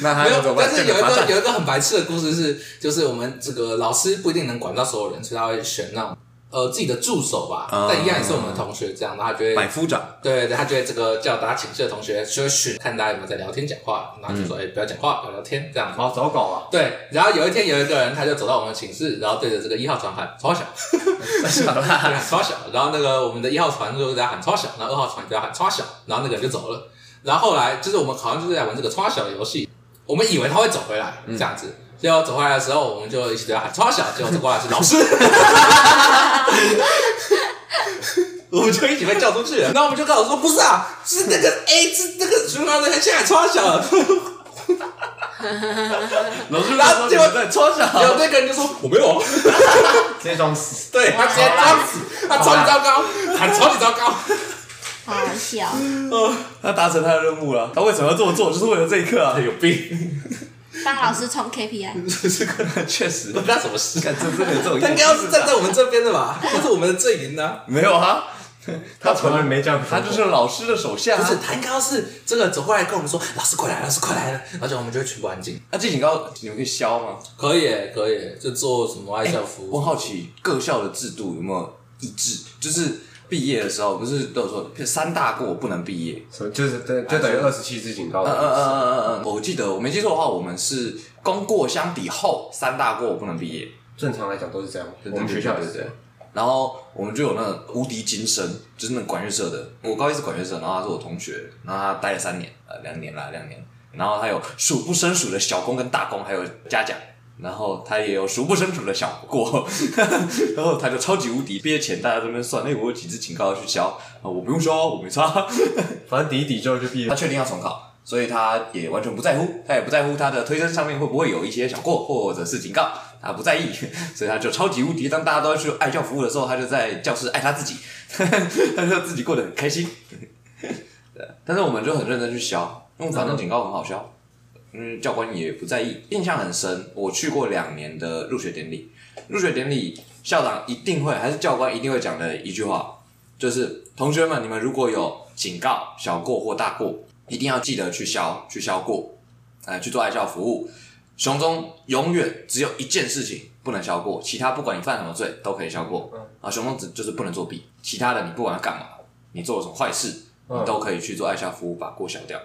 [SPEAKER 1] 那他
[SPEAKER 2] 没
[SPEAKER 1] 要怎
[SPEAKER 2] 有
[SPEAKER 1] 么，办？
[SPEAKER 2] 但是有一
[SPEAKER 1] 罚
[SPEAKER 2] 个
[SPEAKER 1] 站。
[SPEAKER 2] 有一个很白痴的故事是，就是我们这个老师不一定能管到所有人，所以他会选那种呃自己的助手吧，
[SPEAKER 1] 嗯
[SPEAKER 2] 但一样也是我们的同学这样，然后他就会
[SPEAKER 1] 百夫长，
[SPEAKER 2] 对对，他就会这个叫大家寝室的同学就会选看大家有没有在聊天讲话，然后就说哎、不要讲话，不要聊天这样子。
[SPEAKER 3] 好走狗啊，
[SPEAKER 2] 对，然后有一天有一个人他就走到我们寝室，然后对着这个一号床喊超小，对喊超小，然后那个我们的一号床就在喊超小，然后二号床就在喊超小，然后那个人就走了。然后后来就是我们好像就是在玩这个超小的游戏，我们以为他会走回来、这样子，结果走回来的时候，我们就一起对他喊超小，结果走过来是老师。我们就一起被叫出去了，然后我们就跟老师说：“不是啊，是那个 A，是那个厨房的人现在超小了。”
[SPEAKER 1] 老师
[SPEAKER 2] 然后结果
[SPEAKER 1] 在搓
[SPEAKER 2] 然
[SPEAKER 1] 小，
[SPEAKER 2] 后那个人就说：“我没有啊。”
[SPEAKER 3] 直接装死，
[SPEAKER 2] 对他直接装死，他超级糟糕，他超级糟 糕。
[SPEAKER 4] 好好笑。
[SPEAKER 1] 他达成他的任务了。他为什么要这么做？就是为了这一刻啊
[SPEAKER 2] 他！有病，
[SPEAKER 4] 帮老师冲 KPI，
[SPEAKER 1] 这个确实，
[SPEAKER 2] 关他什么事？
[SPEAKER 1] 干这这很重
[SPEAKER 2] 他应该要是站在我们这边的吧？他是我们的阵营呢。
[SPEAKER 1] 没有啊，
[SPEAKER 3] 他从来没这样，
[SPEAKER 1] 他就是老师的手下啊。
[SPEAKER 2] 不是，他应该要是这个走过来跟我们说：“老师快来，老师快来了。”而且我们就会全部安静。
[SPEAKER 1] 那这警告你们可以消吗？
[SPEAKER 2] 可以耶，可以耶，就做什么外校服
[SPEAKER 1] 我
[SPEAKER 2] 务。
[SPEAKER 1] 好奇各校的制度有没有一致？就是毕业的时候，不是都有说三大过不能毕业？
[SPEAKER 3] 什么就是等就等于二十七支警告
[SPEAKER 1] 嗯
[SPEAKER 3] 的
[SPEAKER 1] 嗯
[SPEAKER 3] 意
[SPEAKER 1] 嗯
[SPEAKER 3] 思。
[SPEAKER 1] 嗯嗯嗯，我记得我没记错的话，我们是功过相抵后三大过不能毕业，
[SPEAKER 3] 正常来讲都是这样，
[SPEAKER 1] 对
[SPEAKER 3] 我们学校也是这
[SPEAKER 1] 对
[SPEAKER 3] 样
[SPEAKER 1] 对。然后我们就有那个无敌金身，就是那个管乐社的。我高一是管乐社，然后他是我同学，然后他待了三年，呃，两年啦，两年。然后他有数不胜数的小功跟大功，还有嘉奖。然后他也有数不胜数的小过， 然后他就超级无敌。毕业前大家这边算，哎，我有几支警告要去交啊，我不用交，我没差。
[SPEAKER 3] 反正抵一抵之后就毕 业
[SPEAKER 1] 他。确定要重考，所以他也完全不在乎，他也不在乎他的推甄上面会不会有一些小过或者是警告，他不在意，所以他就超级无敌。当大家都要去爱教服务的时候，他就在教室爱他自己， 他就自己过得很开心。 对但是我们就很认真去消，因为反正警告很好消，嗯，教官也不在意。印象很深，我去过两年的入学典礼，入学典礼校长一定会还是教官一定会讲的一句话，就是同学们，你们如果有警告、小过或大过，一定要记得去消、去消过，呃，去做爱校服务。熊中永远只有一件事情不能消过，其他不管你犯什么罪都可以消过。啊，熊中只就是不能作弊，其他的你不管要干嘛，你做了什么坏事，你
[SPEAKER 3] 嗯
[SPEAKER 1] 都可以去做爱校服务，把过消掉。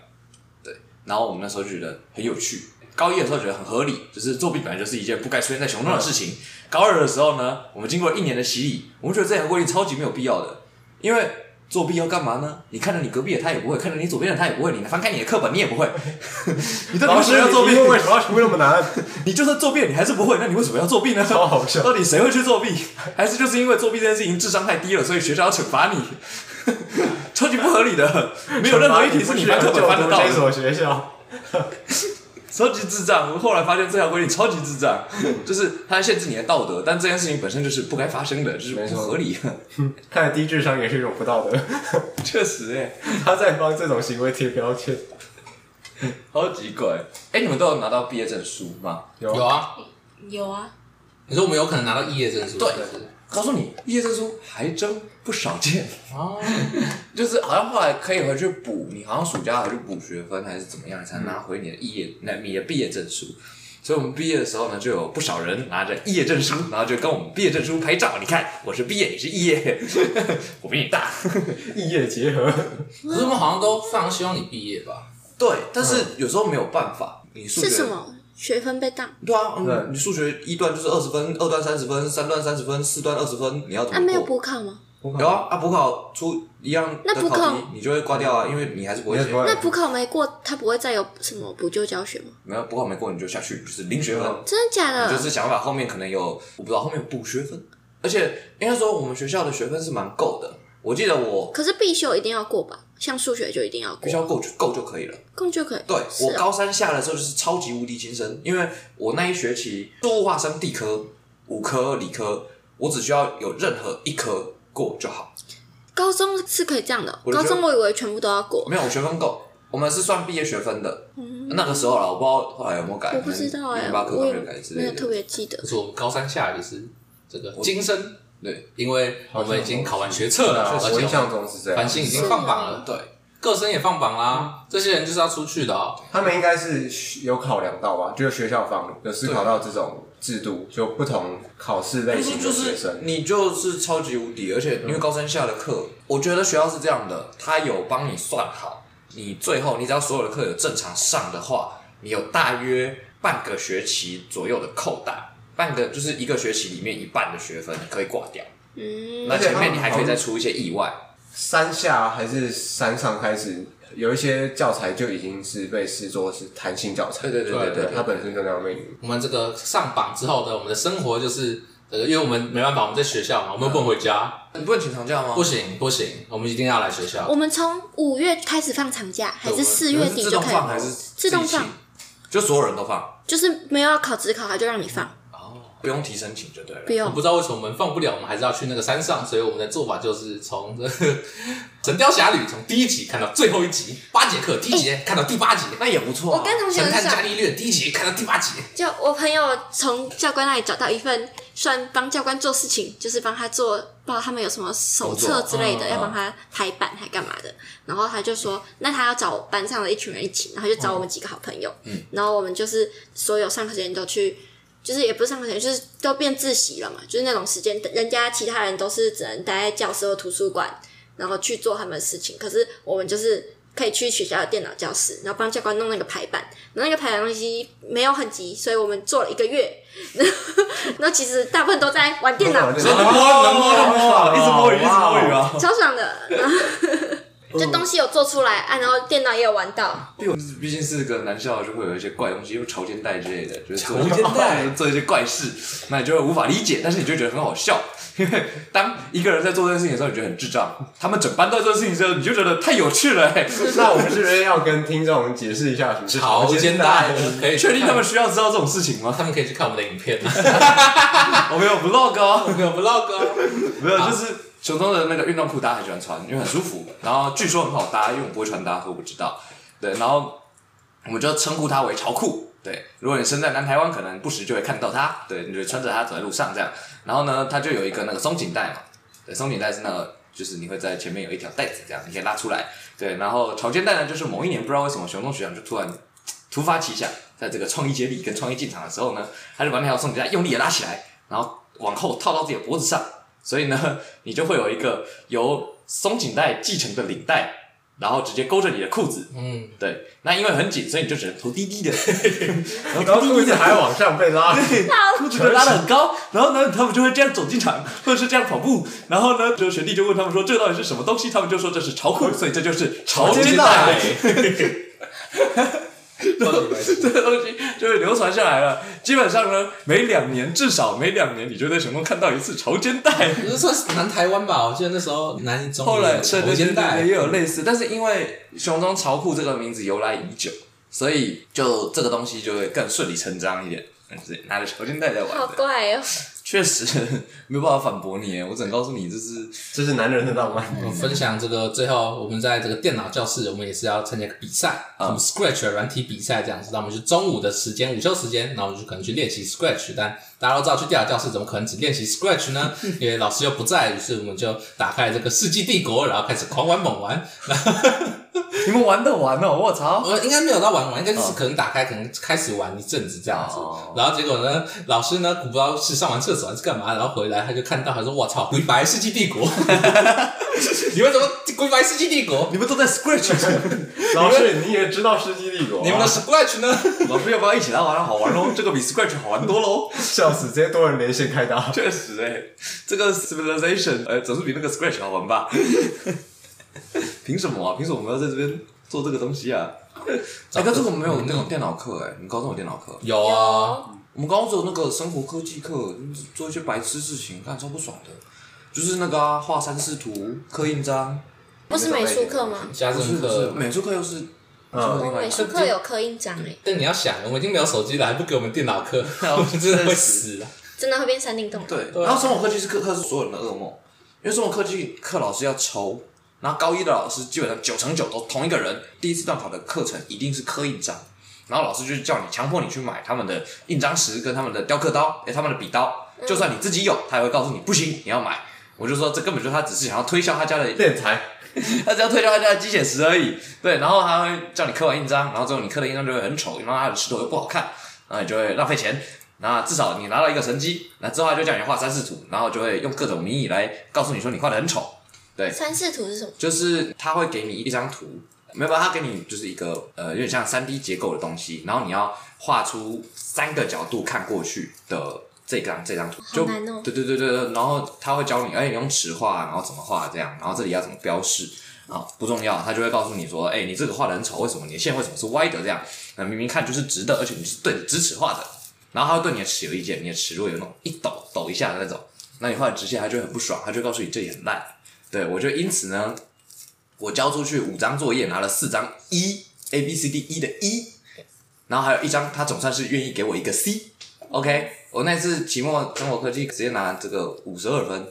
[SPEAKER 1] 对，然后我们那时候就觉得很有趣。高一的时候觉得很合理，就是作弊本来就是一件不该出现在熊中的事情。高二的时候呢，我们经过一年的洗礼，我们觉得这条规定超级没有必要的。因为作弊要干嘛呢？你看着你隔壁的他也不会，看着你左边的他也不会，你翻开你的课本你也不会， 你到底为什么要作弊？
[SPEAKER 3] 为什么要全部那么难？
[SPEAKER 1] 你就算作弊你还是不会，那你为什么要作弊呢？
[SPEAKER 3] 超好笑
[SPEAKER 1] 到底谁会去作弊？还是就是因为作弊这件事情智商太低了，所以学校要惩罚你？ 超级不合理的，没有任何一题是你翻课本翻得到
[SPEAKER 3] 这
[SPEAKER 1] 的，
[SPEAKER 3] 所学校，
[SPEAKER 1] 超级智障。我后来发现这条规定超级智障，就是它限制你的道德，但这件事情本身就是不该发生的，就是
[SPEAKER 3] 没
[SPEAKER 1] 不
[SPEAKER 3] 错
[SPEAKER 1] 合理。
[SPEAKER 3] 他的低智商也是一种不道德。
[SPEAKER 1] 确实、欸，
[SPEAKER 3] 他在帮这种行为贴标签。
[SPEAKER 1] 超级怪。哎、你们都有拿到毕业证书吗？
[SPEAKER 3] 有
[SPEAKER 2] 有啊，
[SPEAKER 4] 有啊，
[SPEAKER 2] 你说我们有可能拿到毕业证书？
[SPEAKER 1] 对
[SPEAKER 2] 是不是
[SPEAKER 1] 告诉你，毕业证书还真不少见，
[SPEAKER 2] 哦，
[SPEAKER 1] 就是好像后来可以回去补，你好像暑假回去补学分还是怎么样，才拿回你的毕业那你的毕业证书。所以我们毕业的时候呢，就有不少人拿着毕业证书，然后就跟我们毕业证书拍照。你看，我是毕业，你是毕业，我比你大。
[SPEAKER 3] 异业结合，
[SPEAKER 2] 可是我们好像都非常希望你毕业吧？
[SPEAKER 1] 对，但是有时候没有办法，你数学
[SPEAKER 5] 是什么？学分被当
[SPEAKER 1] 对啊，嗯
[SPEAKER 3] 对
[SPEAKER 1] 你数学一段就是二十分，二段三十分，三段三十分，四段二十分，你要怎么
[SPEAKER 5] 啊？
[SPEAKER 1] 过？
[SPEAKER 5] 没有补考吗？
[SPEAKER 1] 有啊，啊补考出一样的
[SPEAKER 5] 那补
[SPEAKER 1] 考
[SPEAKER 5] 考
[SPEAKER 1] 题，你就会挂掉啊，因为你还是不会写。
[SPEAKER 5] 那补考没过，他不会再有什么补救教学吗？
[SPEAKER 1] 没有补考没过你就下去，就是零学分，
[SPEAKER 5] 真的假
[SPEAKER 1] 你就
[SPEAKER 5] 的？
[SPEAKER 1] 是想办法后面可能有我不知道后面有补学分，而且应该说我们学校的学分是蛮够的，我记得我
[SPEAKER 5] 可是必修一定要过吧？像数学就一定要
[SPEAKER 1] 必
[SPEAKER 5] 过
[SPEAKER 1] 须，要够就够就可以了。
[SPEAKER 5] 共就可以。
[SPEAKER 1] 对
[SPEAKER 5] 是
[SPEAKER 1] 我
[SPEAKER 5] 啊
[SPEAKER 1] 高三下的时候就是超级无敌精深，因为我那一学期数物化生地科五科理科，我只需要有任何一科过就好，
[SPEAKER 5] 高中是可以这样的哦、
[SPEAKER 1] 我就觉
[SPEAKER 5] 高
[SPEAKER 1] 得
[SPEAKER 5] 中我以为全部都要过，
[SPEAKER 1] 没有我学分够。我们是算毕业学分的，那个时候啦，我不知道后来有没有改，
[SPEAKER 5] 嗯我不知道哎、
[SPEAKER 1] 零嗯八课
[SPEAKER 5] 我
[SPEAKER 1] 纲
[SPEAKER 5] 也
[SPEAKER 1] 没有改之
[SPEAKER 5] 没
[SPEAKER 1] 类
[SPEAKER 5] 有
[SPEAKER 1] 的
[SPEAKER 5] 特。别记得
[SPEAKER 2] 可。是我们高三下就是这个今生，
[SPEAKER 1] 对，
[SPEAKER 2] 因为我们已经考完学测了，而
[SPEAKER 3] 啊我
[SPEAKER 2] 且
[SPEAKER 3] 印象中是这
[SPEAKER 2] 繁
[SPEAKER 3] 样。
[SPEAKER 2] 星已经放榜了，
[SPEAKER 1] 对，
[SPEAKER 2] 各生也放榜
[SPEAKER 3] 嗯
[SPEAKER 2] 啦，这些人就是要出去的哦。
[SPEAKER 3] 他们应该是有考量到吧，就是学校方有思考到这种制度，就不同考试类
[SPEAKER 1] 就是
[SPEAKER 3] 型
[SPEAKER 1] 就
[SPEAKER 3] 的学
[SPEAKER 1] 是
[SPEAKER 3] 生。
[SPEAKER 1] 你就是超级无敌，而且因为高三下的课，我觉得学校是这样的，他有帮你算好，你最后你只要所有的课有正常上的话，你有大约半个学期左右的扣打，半个就是一个学期里面一半的学分你可以挂掉，
[SPEAKER 5] 嗯，
[SPEAKER 1] 那前面你还可以再出一些意外。
[SPEAKER 3] 三下还是三上开始，有一些教材就已经是被视作是弹性教材。
[SPEAKER 1] 对对对对对
[SPEAKER 3] 它本身就那样命名。
[SPEAKER 2] 我们这个上榜之后呢，我们的生活就是这个，因为我们没办法，我们在学校嘛，我们不能回家，
[SPEAKER 3] 嗯
[SPEAKER 1] 你不能请长假吗？
[SPEAKER 2] 不行不行，我们一定要来学校
[SPEAKER 5] 我。们从五月开始放长假，还
[SPEAKER 2] 我们
[SPEAKER 5] 是四
[SPEAKER 1] 你
[SPEAKER 5] 月
[SPEAKER 1] 们是
[SPEAKER 5] 底
[SPEAKER 1] 自
[SPEAKER 5] 就
[SPEAKER 1] 动
[SPEAKER 5] 可以
[SPEAKER 1] 放还是
[SPEAKER 5] 放？自动
[SPEAKER 1] 自己
[SPEAKER 5] 放
[SPEAKER 1] 请，就所有人都放，
[SPEAKER 5] 就是没有要考职考，他就让你放，
[SPEAKER 1] 不用提申请就对了
[SPEAKER 5] 不。
[SPEAKER 2] 我
[SPEAKER 5] 用
[SPEAKER 2] 不。知道为什么我们放不了，我们还是要去那个山上，所以我们的做法就是从这个《神雕侠侣》从第一集看到最后一集，八节课第一节看到第八节，
[SPEAKER 1] 哎那也不错、啊。
[SPEAKER 4] 我跟同
[SPEAKER 2] 《
[SPEAKER 4] 学
[SPEAKER 2] 神
[SPEAKER 4] 很
[SPEAKER 2] 探
[SPEAKER 4] 少
[SPEAKER 2] 伽，利略》第一集看到第八集，
[SPEAKER 5] 就我朋友从教官那里找到一份，算帮教官做事情，就是帮他做，不知道他们有什么手册之类
[SPEAKER 1] 工
[SPEAKER 5] 的，
[SPEAKER 1] 作嗯
[SPEAKER 5] 要帮他排版还干嘛的。然后他就说，那他要找班嗯上的一群人一起，然后就找我们几个好朋友，然后我们就是所有上课时间都去就是也不是上课时间，就是都变自习了嘛，就是那种时间，人家其他人都是只能待在教室或图书馆，然后去做他们的事情，可是我们就是可以去学校的电脑教室，然后帮教官弄那个排版，然后那个排版东西没有很急，所以我们做了一个月， 然后其实大部分都在哦玩电脑，
[SPEAKER 1] 真的摸能摸到哦摸，一直摸鱼，一直摸鱼啊！
[SPEAKER 5] 超爽的，然后 就东西有做出来啊，然后电脑也有玩到，
[SPEAKER 1] 因为我毕竟是个男校，就会有一些怪东西，又潮肩带之类的，就是做
[SPEAKER 2] 潮肩带
[SPEAKER 1] 做一些怪事，那你就会无法理解，但是你就会觉得很好笑。因为当一个人在做这件事情的时候，你觉得很智障；他们整班都在做这件事情的时候，你就觉得太有趣了、欸。
[SPEAKER 3] 那我们是不是要跟听众解释一下什么是
[SPEAKER 2] 好
[SPEAKER 3] 肩
[SPEAKER 2] 肩带？可
[SPEAKER 1] 啊欸
[SPEAKER 2] 以去
[SPEAKER 1] 确定他
[SPEAKER 2] 看
[SPEAKER 1] 们需要知道这种事情吗？
[SPEAKER 2] 他们可以去看我们的影片，啊
[SPEAKER 1] 我没有 vlog 哦。
[SPEAKER 2] 我们有 vlog 哦。
[SPEAKER 1] 没有，就是啊熊中的那个运动裤，大家很喜欢穿，因为很舒服。然后据说很好搭，因为我不会穿搭，所以我不知道。对，然后我们就称呼它为潮裤。对，如果你身在南台湾，可能不时就会看到它。对，你就穿着它走在路上这样。然后呢，它就有一个那个松紧带嘛。对，松紧带是那个，就是你会在前面有一条带子这样，你可以拉出来。对，然后潮肩带呢，就是某一年不知道为什么熊中学长就突然突发奇想，在这个创意接力跟创意进场的时候呢，他就把那条松紧带用力的拉起来，然后往后套到自己的脖子上，所以呢，你就会有一个由松紧带继承的领带，然后直接勾着你的裤子。
[SPEAKER 2] 嗯，
[SPEAKER 1] 对，那因为很紧，所以你就只能头低低的，
[SPEAKER 3] 然后裤子还往上被拉，
[SPEAKER 1] 裤子就拉得很高，然后呢，他们就会这样走进场，或者是这样跑步，然后呢，就学弟就问他们说这到底是什么东西，他们就说这是潮裤，所以这就是潮肩带。这个 东西就会流传下来了。基本上呢，每两年至少每两年，你就在熊中看到一次潮肩带。
[SPEAKER 2] 不是说南台湾吧？我记得那时候南一中
[SPEAKER 1] 后来
[SPEAKER 2] 有
[SPEAKER 1] 对
[SPEAKER 2] 潮
[SPEAKER 1] 对对
[SPEAKER 2] 肩带
[SPEAKER 1] 对，也有类似，但是因为熊中潮裤这个名字由来已久，所以就这个东西就会更顺理成章一点。嗯就是拿着潮肩带在玩
[SPEAKER 4] 好
[SPEAKER 1] 的，
[SPEAKER 4] 怪哦、
[SPEAKER 1] 确实没有办法反驳你耶。我只能告诉你，就是
[SPEAKER 3] 这是男人的浪漫。
[SPEAKER 2] 我分享这个，最后我们在这个电脑教室，我们也是要参加一个比赛，什么 Scratch 的软体比赛这样子。那我们就中午的时间，午休时间，那我们就可能去练习 Scratch。但大家都知道，去电脑教室怎么可能只练习 Scratch 呢？因为老师又不在，于是我们就打开这个《世纪帝国》，然后开始狂玩猛玩。
[SPEAKER 1] 你们玩得完哦，我操！
[SPEAKER 2] 呃我应该没有到玩完，应该就是
[SPEAKER 1] 哦
[SPEAKER 2] 可能打开，可能开始玩一阵子这样子
[SPEAKER 1] 哦。
[SPEAKER 2] 然后结果呢，老师呢，不知道是上完厕所还是干嘛，然后回来他就看到，他说：“我操，鬼白世纪帝国！ 你们怎么鬼白世纪帝国？
[SPEAKER 1] 你们都在 Scratch，
[SPEAKER 3] 老师，你也知道《世纪帝国》啊？
[SPEAKER 2] 你们的 Scratch 呢？”
[SPEAKER 1] 老师要不要一起来玩啊？好玩哦，这个比 Scratch 好玩多喽。
[SPEAKER 3] 笑死，直接多人连线开 打。
[SPEAKER 1] 确实哎、这个 Civilization 呃总是比那个 Scratch 好玩吧？ 凭什么啊？凭什么我们要在这边做这个东西啊？哎、但是我们没有那种电脑课哎、我们高中有电脑课，
[SPEAKER 2] 有啊，
[SPEAKER 4] 哦
[SPEAKER 1] 我们高中只有那个生活科技课，做一些白痴事情，看超不爽的，就是那个啊画、三视图、刻印章，
[SPEAKER 4] 不是美术课吗？
[SPEAKER 2] 家
[SPEAKER 1] 不是
[SPEAKER 2] 政
[SPEAKER 1] 不是
[SPEAKER 2] 课。
[SPEAKER 1] 美术课又是，
[SPEAKER 3] 嗯
[SPEAKER 4] 我美术课有刻印章哎、
[SPEAKER 2] 但你要想，我们已经没有手机了，还不给我们电 脑课，我
[SPEAKER 1] 哦
[SPEAKER 2] 们 真的会死啊！
[SPEAKER 4] 真的会变山顶洞。
[SPEAKER 1] 对，然后生活科技是课课是所有人的噩梦，因为生活科技课老师要抽，然后高一的老师基本上九成九都同一个人，第一次段考的课程一定是刻印章，然后老师就是叫你强迫你去买他们的印章石跟他们的雕刻刀，诶、他们的笔刀，就算你自己有，他也会告诉你不行，你要买。我就说这根本就是他只是想要推销他家的
[SPEAKER 3] 练财，
[SPEAKER 1] 他只要推销他家的鸡血石而已。对，然后他会叫你刻完印章，然后之后你刻的印章就会很丑，然后他的石头又不好看，然后你就会浪费钱。那至少你拿到一个成绩，那之后他就叫你画三视图，然后就会用各种名义来告诉你说你画的很丑。
[SPEAKER 4] 三视图是什么？
[SPEAKER 1] 就是他会给你一张图，没有吧？他给你就是一个呃，有点像三 D 结构的东西，然后你要画出三个角度看过去的这张这张图，就
[SPEAKER 4] 难哦
[SPEAKER 1] 对对对对对，然后他会教你，哎，你用尺画，然后怎么画这样，然后这里要怎么标示。啊，不重要，他就会告诉你说，哎、你这个画的很丑，为什么你的线为什么是歪的？这样，那明明看就是直的，而且你是对直尺画的，然后他会对你的尺有意见，你的尺如果有那种一抖抖一下的那种，那你画的直线，他就会很不爽，他就会告诉你这里很烂。对我就因此呢，我交出去五张作业，拿了四张一 A B C D E 的一，然后还有一张他总算是愿意给我一个 C。OK，我那次期末生活科技直接拿这个五十二分，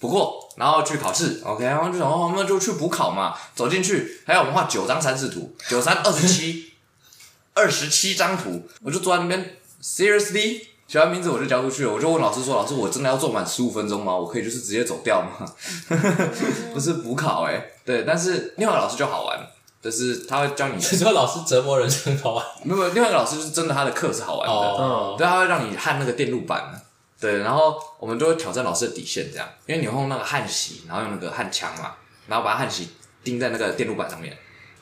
[SPEAKER 1] 不过然后去考试，OK，然后就想哦，那就去补考嘛。走进去，还要我们画九张三视图，九三二十七， 二十七张图，我就坐在那边，seriously。写完名字我就交出去了，我就问老师说：“老师，我真的要做满十五分钟吗？我可以就是 直接走掉吗？”不是补考哎、对，但是另外老师就好玩，就是他会教你，
[SPEAKER 2] 你说老师折磨人真好玩
[SPEAKER 1] 没有另外一个老师是真的他的课是好玩的，
[SPEAKER 2] 哦，
[SPEAKER 1] 对，他会让你焊那个电路板。对，然后我们就会挑战老师的底线，这样，因为你用那个焊锡，然后用那个焊枪嘛，然后把焊锡钉在那个电路板上面。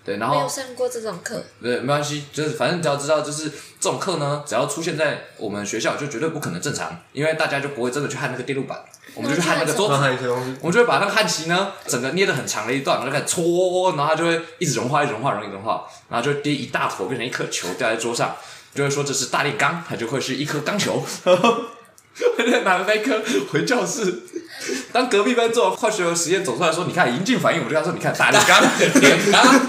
[SPEAKER 1] 对，然
[SPEAKER 4] 没
[SPEAKER 1] 后
[SPEAKER 4] 有上过这种课，
[SPEAKER 1] 对，没关系，就是反正只要知道，就是这种课呢，只要出现在我们学校，就绝对不可能正常，因为大家就不会真的去焊那个电路板，我们就去焊那个桌
[SPEAKER 3] 包
[SPEAKER 1] 子，
[SPEAKER 3] 哦含一些东西，
[SPEAKER 1] 我们就会把那个焊锡呢，整个捏的很长的一段，然后就开始搓，然后它就会一直融化，一直融化，融一直融化，然后就跌一大坨，变成一颗球掉在桌上，就会说这是大力钢，它就会是一颗钢球。 我就拿了那一颗回教室，当隔壁班做化学实验走出来说，你看银镜反应，我就跟他说，你看大力钢，
[SPEAKER 2] 啊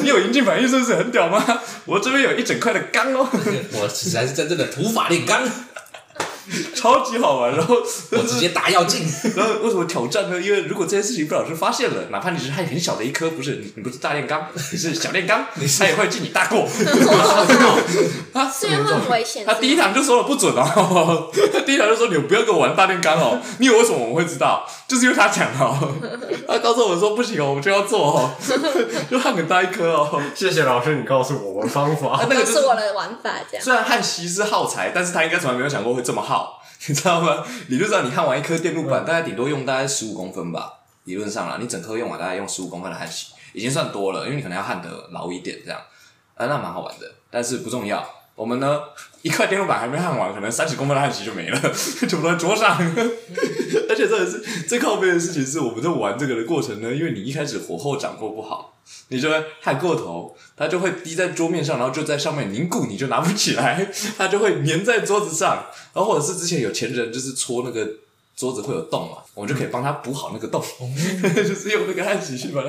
[SPEAKER 1] 你有银镜反应是不是很屌吗？我这边有一整块的钢哦，
[SPEAKER 2] 我实在是真正的土法炼钢，
[SPEAKER 1] 超级好玩。然后
[SPEAKER 2] 我直接打药劲。
[SPEAKER 1] 然后为什么挑战呢？因为如果这件事情被老师发现了，哪怕你只是还很小的一颗，不是你你不是大炼钢，你是小炼钢，他也会 记你大过。啊，
[SPEAKER 4] 虽然会很危险，
[SPEAKER 1] 他第一堂就说了不准哦， 他第一堂就说你们不要跟我玩大炼钢哦。你以为为什么我们会知道？就是因为他讲的哦。他告诉我们说不行哦，我们就要做哦， 就焊很大一颗哦。
[SPEAKER 3] 谢谢老师，你告诉我我们方
[SPEAKER 1] 他
[SPEAKER 3] 法。
[SPEAKER 1] 那个
[SPEAKER 4] 都
[SPEAKER 1] 就是
[SPEAKER 4] 我的玩法这样。
[SPEAKER 1] 虽然焊锡是耗材，但是他应该从来没有想过会这么耗，你知道吗？理论上，你焊完一颗电路
[SPEAKER 4] 嗯
[SPEAKER 1] 板，大概顶多用大概十五公分吧。理论上啦，你整颗用完大概用十五公分的焊锡，已经算多了，因为你可能要焊的牢一点这样。啊，那蛮好玩的，但是不重要。我们呢，一块电路板还没焊完，可能三十公分的焊锡就没了，全部都在桌上。
[SPEAKER 4] 嗯
[SPEAKER 1] 而且这也是最靠背的事情是，我们在玩这个的过程呢，因为你一开始火候掌握不好，你就会焊过头，它就会滴在桌面上，然后就在上面凝固，你就拿不起来， 它就会粘在桌子上。然后或者是之前有钱人就是戳那个桌子会有洞嘛，我们就可以帮他补好那个洞， 就是用那个焊锡去把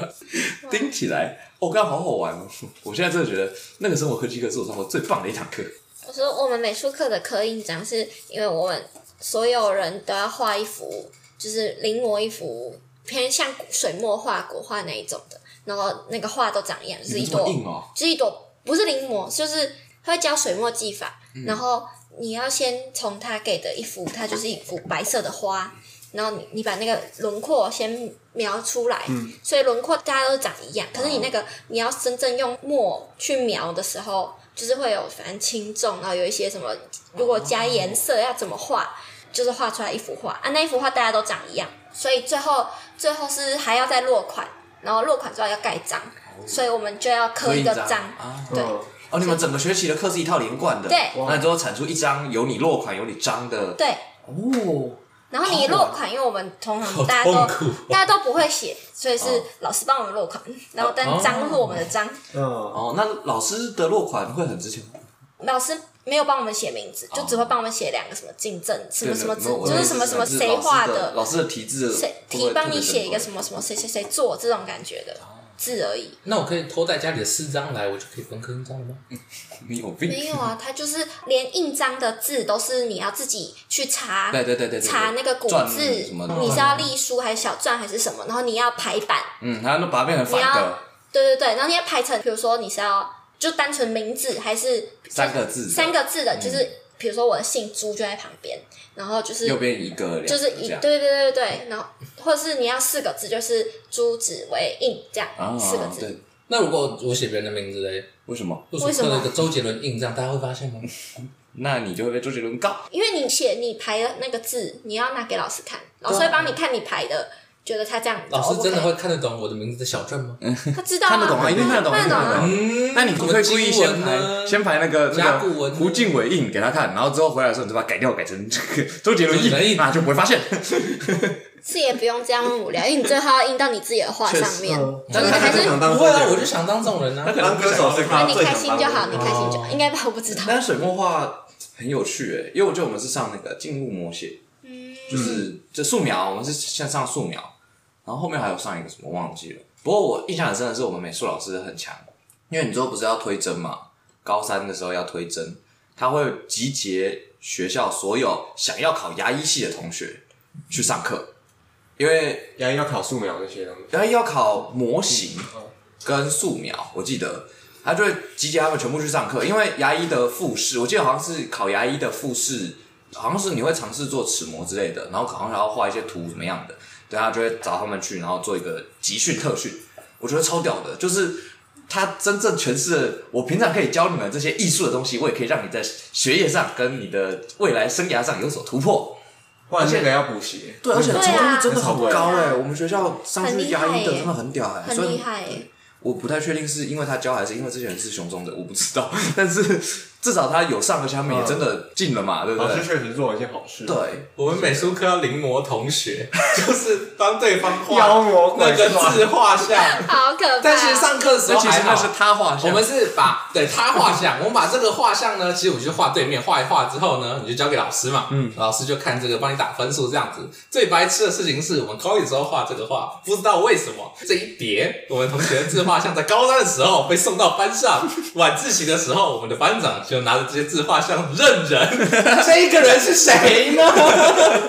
[SPEAKER 1] 它钉起来。哦，刚好好玩哦！我现在真的觉得那个生活科技课是我上过最棒的一堂课。
[SPEAKER 4] 我说我们美术课的刻印章是因为我们所有人都要画一幅，就是临摹一幅偏向水墨画、国画那一种的，然后那个画都长一样，就是
[SPEAKER 1] 你
[SPEAKER 4] 一
[SPEAKER 1] 们这么
[SPEAKER 4] 朵
[SPEAKER 1] 硬哦，
[SPEAKER 4] 是一朵不是临摹，就是它会教水墨技法，
[SPEAKER 1] 嗯
[SPEAKER 4] 然后你要先从他给的一幅，它就是一幅白色的花，然后你你把那个轮廓先描出来，所以轮廓大家都长一样，可是你那个你要真正用墨去描的时候，就是会有反正轻重，然后有一些什么，如果加颜色要怎么画，就是画出来一幅画啊，那一幅画大家都长一样，所以最后最后是还要再落款，然后落款之后要盖章，所以我们就要刻一个
[SPEAKER 1] 刻印
[SPEAKER 4] 章。
[SPEAKER 1] 啊！
[SPEAKER 4] 对
[SPEAKER 3] 嗯，
[SPEAKER 1] 哦，你们整个学期的课是一套连贯的，
[SPEAKER 4] 对
[SPEAKER 1] 那你最后产出一张有你落款有你章的，
[SPEAKER 4] 对，
[SPEAKER 1] 哦，
[SPEAKER 4] 然后你落款，因为我们通
[SPEAKER 2] 好
[SPEAKER 4] 常大家都、
[SPEAKER 2] 痛苦哦！
[SPEAKER 4] 大家都不会写，所以是
[SPEAKER 1] 哦
[SPEAKER 4] 老师帮我们落款，然后但
[SPEAKER 1] 哦
[SPEAKER 4] 章是我们的章，
[SPEAKER 3] 嗯，
[SPEAKER 1] 哦，那老师的落款会很值钱吗，
[SPEAKER 4] 老师没有帮我们写名字，就只会帮我们写两个什么竞争，什么什么
[SPEAKER 1] 哦对
[SPEAKER 4] 字，
[SPEAKER 1] 没有
[SPEAKER 4] 就是什么什么谁画
[SPEAKER 1] 我的意思是老师的，老师的题字
[SPEAKER 4] 谁
[SPEAKER 1] 会不会
[SPEAKER 4] 题帮你写一个
[SPEAKER 1] 特哦
[SPEAKER 4] 什么什么谁谁谁做这种感觉的字 而已。
[SPEAKER 2] 那我可以偷带家里的四张来，我就可以分坑章了吗？
[SPEAKER 1] 别珍贵？你有病？
[SPEAKER 4] 没有啊，它就是连印章的字都是你要自己去查，
[SPEAKER 1] 对对对对对，
[SPEAKER 4] 查那个古
[SPEAKER 1] 篆
[SPEAKER 4] 字
[SPEAKER 1] 什么的，，
[SPEAKER 4] 你是要隶书还是小篆还是什么，然后你要排版，
[SPEAKER 1] 嗯，他都把它变成反
[SPEAKER 4] 你
[SPEAKER 1] 的
[SPEAKER 4] 要对对对，然后你要排成，比如说你是要就单纯名字还是
[SPEAKER 1] 三个字的，
[SPEAKER 4] 三个字
[SPEAKER 1] 嗯
[SPEAKER 4] 的，就是比如说我的姓朱就在旁边，然后就是
[SPEAKER 1] 右边一个，
[SPEAKER 4] 就
[SPEAKER 1] 两个
[SPEAKER 4] 是
[SPEAKER 1] 这
[SPEAKER 4] 一对
[SPEAKER 1] 样
[SPEAKER 4] 对对对对，然后或者是你要四个字，就是朱子为印这样、
[SPEAKER 1] 啊，
[SPEAKER 4] 四个字，
[SPEAKER 1] 对，
[SPEAKER 2] 那如果我写别人的名字嘞，
[SPEAKER 1] 为什么？
[SPEAKER 2] 如果
[SPEAKER 4] 为什
[SPEAKER 2] 刻
[SPEAKER 4] 么
[SPEAKER 2] 了一个周杰伦印章，大家会发现 吗？
[SPEAKER 1] 那你就会被周杰伦告。
[SPEAKER 4] 因为你写你排的那个字，你要拿给老师看，老师会帮你看你排的，觉得他这样
[SPEAKER 2] 老师真的
[SPEAKER 4] 走
[SPEAKER 2] 会看得懂我的名字的小篆吗？
[SPEAKER 4] OK，他知道
[SPEAKER 1] 看得懂啊，一定看得懂，
[SPEAKER 4] 看得懂啊。
[SPEAKER 1] 嗯，那你可不可以故意先
[SPEAKER 2] 我们经
[SPEAKER 1] 排
[SPEAKER 2] 文呢
[SPEAKER 1] 先排那个
[SPEAKER 2] 甲
[SPEAKER 1] 那
[SPEAKER 2] 骨文
[SPEAKER 1] 个
[SPEAKER 2] 呢
[SPEAKER 1] 胡敬伟印给他看，然后之后回来的时候你就把它改掉，改成这个周杰伦
[SPEAKER 2] 周杰伦
[SPEAKER 1] 印，
[SPEAKER 2] 印
[SPEAKER 1] 那就不会发现。
[SPEAKER 4] 是也不用这样无聊，因为你最后要印到你自己的画
[SPEAKER 1] 确实
[SPEAKER 4] 上面，
[SPEAKER 3] 嗯
[SPEAKER 4] 就是还是
[SPEAKER 3] 想
[SPEAKER 2] 不
[SPEAKER 3] 当
[SPEAKER 2] 会啊，
[SPEAKER 3] 歌手
[SPEAKER 2] 我就想当这种人啊。
[SPEAKER 3] 当歌手是
[SPEAKER 4] 那
[SPEAKER 3] 他
[SPEAKER 4] 你
[SPEAKER 3] 最
[SPEAKER 4] 开
[SPEAKER 3] 想
[SPEAKER 4] 心
[SPEAKER 3] 当
[SPEAKER 4] 就
[SPEAKER 3] 的嗯
[SPEAKER 4] 好，你开心就好，
[SPEAKER 2] 哦
[SPEAKER 4] 应该吧？我不知道。
[SPEAKER 1] 但水墨画很有趣诶、因为我觉得我们是上那个静物摹写，就是就素描，我们是先上素描，然后后面还有上一个什么忘记了。不过我印象很深的是，我们美术老师很强，因为你之后不是要推甄嘛，高三的时候要推甄，他会集结学校所有想要考牙医系的同学去上课，因为
[SPEAKER 3] 要要考素描那些东西。
[SPEAKER 1] 然后要考模型
[SPEAKER 4] 嗯
[SPEAKER 1] 跟素描，我记得他就会集结他们全部去上课，因为牙医的复试，我记得好像是考牙医的复试，好像是你会尝试做齿模之类的，然后好像还要画一些图怎么样的，对他就会找他们去，然后做一个集训特训，我觉得超屌的，就是他真正诠释了我平常可以教你们这些艺术的东西，我也可以让你在学业上跟你的未来生涯上有所突破。
[SPEAKER 3] 不然这个要补习。
[SPEAKER 1] 对，而且
[SPEAKER 4] 对
[SPEAKER 1] 成
[SPEAKER 4] 啊
[SPEAKER 1] 功率真的很高哎、
[SPEAKER 4] 很
[SPEAKER 1] 我们学校上
[SPEAKER 4] 很
[SPEAKER 1] 去
[SPEAKER 4] 厉
[SPEAKER 1] 压
[SPEAKER 4] 害
[SPEAKER 1] 抑的
[SPEAKER 4] 耶
[SPEAKER 1] 真的很屌哎、
[SPEAKER 4] 很
[SPEAKER 1] 所以
[SPEAKER 4] 厉害耶。
[SPEAKER 1] 我不太确定是因为他教还是因为这些人是雄中的，我不知道。 但是至少他有上，而且他们也真的进了嘛，对不
[SPEAKER 3] 老师
[SPEAKER 1] 对？
[SPEAKER 3] 确实做了一件好事。
[SPEAKER 1] 对，
[SPEAKER 2] 我们美术课临摹同学， 就是帮对方
[SPEAKER 3] 妖
[SPEAKER 2] 画
[SPEAKER 3] 魔鬼
[SPEAKER 2] 那个
[SPEAKER 3] 怪
[SPEAKER 2] 字画像，
[SPEAKER 4] 好可怕！
[SPEAKER 2] 但其实上课的时
[SPEAKER 1] 那
[SPEAKER 2] 候
[SPEAKER 1] 其实
[SPEAKER 2] 还
[SPEAKER 1] 那是
[SPEAKER 2] 好。
[SPEAKER 1] 他画像，
[SPEAKER 2] 我们是把对他画像，我们把这个画像呢，其实我就画对面，画一画之后呢，你就交给老师嘛，嗯，老师就看这个帮你打分数这样子。最白痴的事情是我们高一的时候画这个画，不知道为什么这一叠我们同学的自画像在高三的时候被送到班上，晚自习的时候，我们的班长就拿着这些自画像认 人，这个人是谁呢？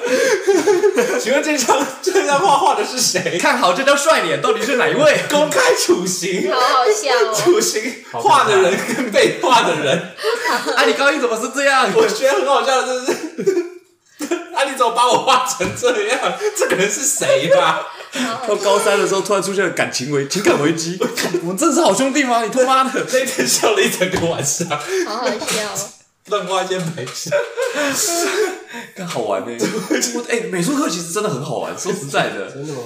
[SPEAKER 2] 请问这张 这张画画的是谁？
[SPEAKER 1] 看好这张帅脸到底是哪一 位？
[SPEAKER 2] 公开处刑。
[SPEAKER 4] 好好笑哦，
[SPEAKER 2] 处刑画的人跟被画的人，
[SPEAKER 1] 啊，你高一怎么是这样？
[SPEAKER 2] 我觉得很好笑的就是， 啊，你怎么把我画成这样？这个人是谁啊吧？
[SPEAKER 4] 好好
[SPEAKER 1] 到
[SPEAKER 4] 笑。
[SPEAKER 1] 高三的时候突然出现了感情危情感危机，我们真的是好兄弟吗？你他妈的！
[SPEAKER 2] 那天笑了一整个晚上，
[SPEAKER 4] 好好笑哦，
[SPEAKER 2] 乱画一些白痴。
[SPEAKER 1] 更好玩 呢、我哎、美术课其实真的很好 玩，说实在的，
[SPEAKER 3] 真的吗？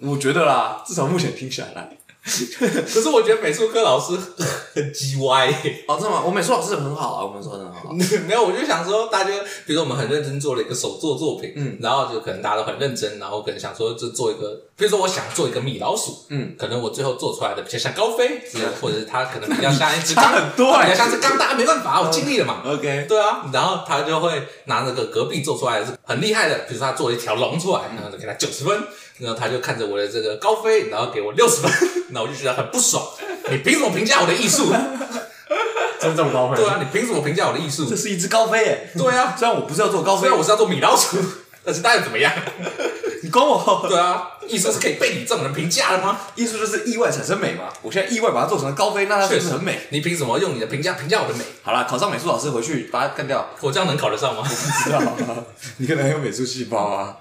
[SPEAKER 1] 我觉得啦，至少目前听下来。
[SPEAKER 2] 可是我觉得美术课老师很鸡歪、
[SPEAKER 1] 哦，真的吗？我美术老师人很好啊，我们说很好啊。
[SPEAKER 2] 没有，我就想说，大家比如说我们很认真做了一个手作作品，
[SPEAKER 1] 嗯
[SPEAKER 2] 然后就可能大家都很认真，然后可能想说就做一个，比如说我想做一个米老鼠，
[SPEAKER 1] 嗯，
[SPEAKER 2] 可能我最后做出来的比较像高飞之类的，或者是它可能比较像一只钢，
[SPEAKER 1] 差很多欸嗯
[SPEAKER 2] 比较像是钢蛋，没办法，我尽力了嘛。
[SPEAKER 1] OK，
[SPEAKER 2] 对啊，然后他就会拿那个隔壁做出来的是很厉害的，比如说他做了一条龙出来，然后就给他九十分，然后他就看着我的这个高飞，然后给我 六十分，那我就觉得很不爽，你凭什么评价我的艺术？
[SPEAKER 3] 尊重高分。
[SPEAKER 2] 对啊，你凭什么评价我的艺 术
[SPEAKER 1] 这？是一只高飞 耶、
[SPEAKER 2] 对啊，
[SPEAKER 1] 虽然我不是要做高
[SPEAKER 2] 虽
[SPEAKER 1] 飞，
[SPEAKER 2] 然我是要做米老鼠，但是大家怎么样？
[SPEAKER 1] 你管我。
[SPEAKER 2] 对啊，艺术是可以被你这种人评价的吗？
[SPEAKER 1] 艺术就是意外产生美嘛。我现在意外把它做成了高飞，那它是不是很美？
[SPEAKER 2] 你凭什么用你的评价评价我的美？
[SPEAKER 1] 好啦，考上美术老师回去把它干掉，
[SPEAKER 2] 我这样能考得上吗？
[SPEAKER 1] 知道吗？你可能很有美术细胞啊，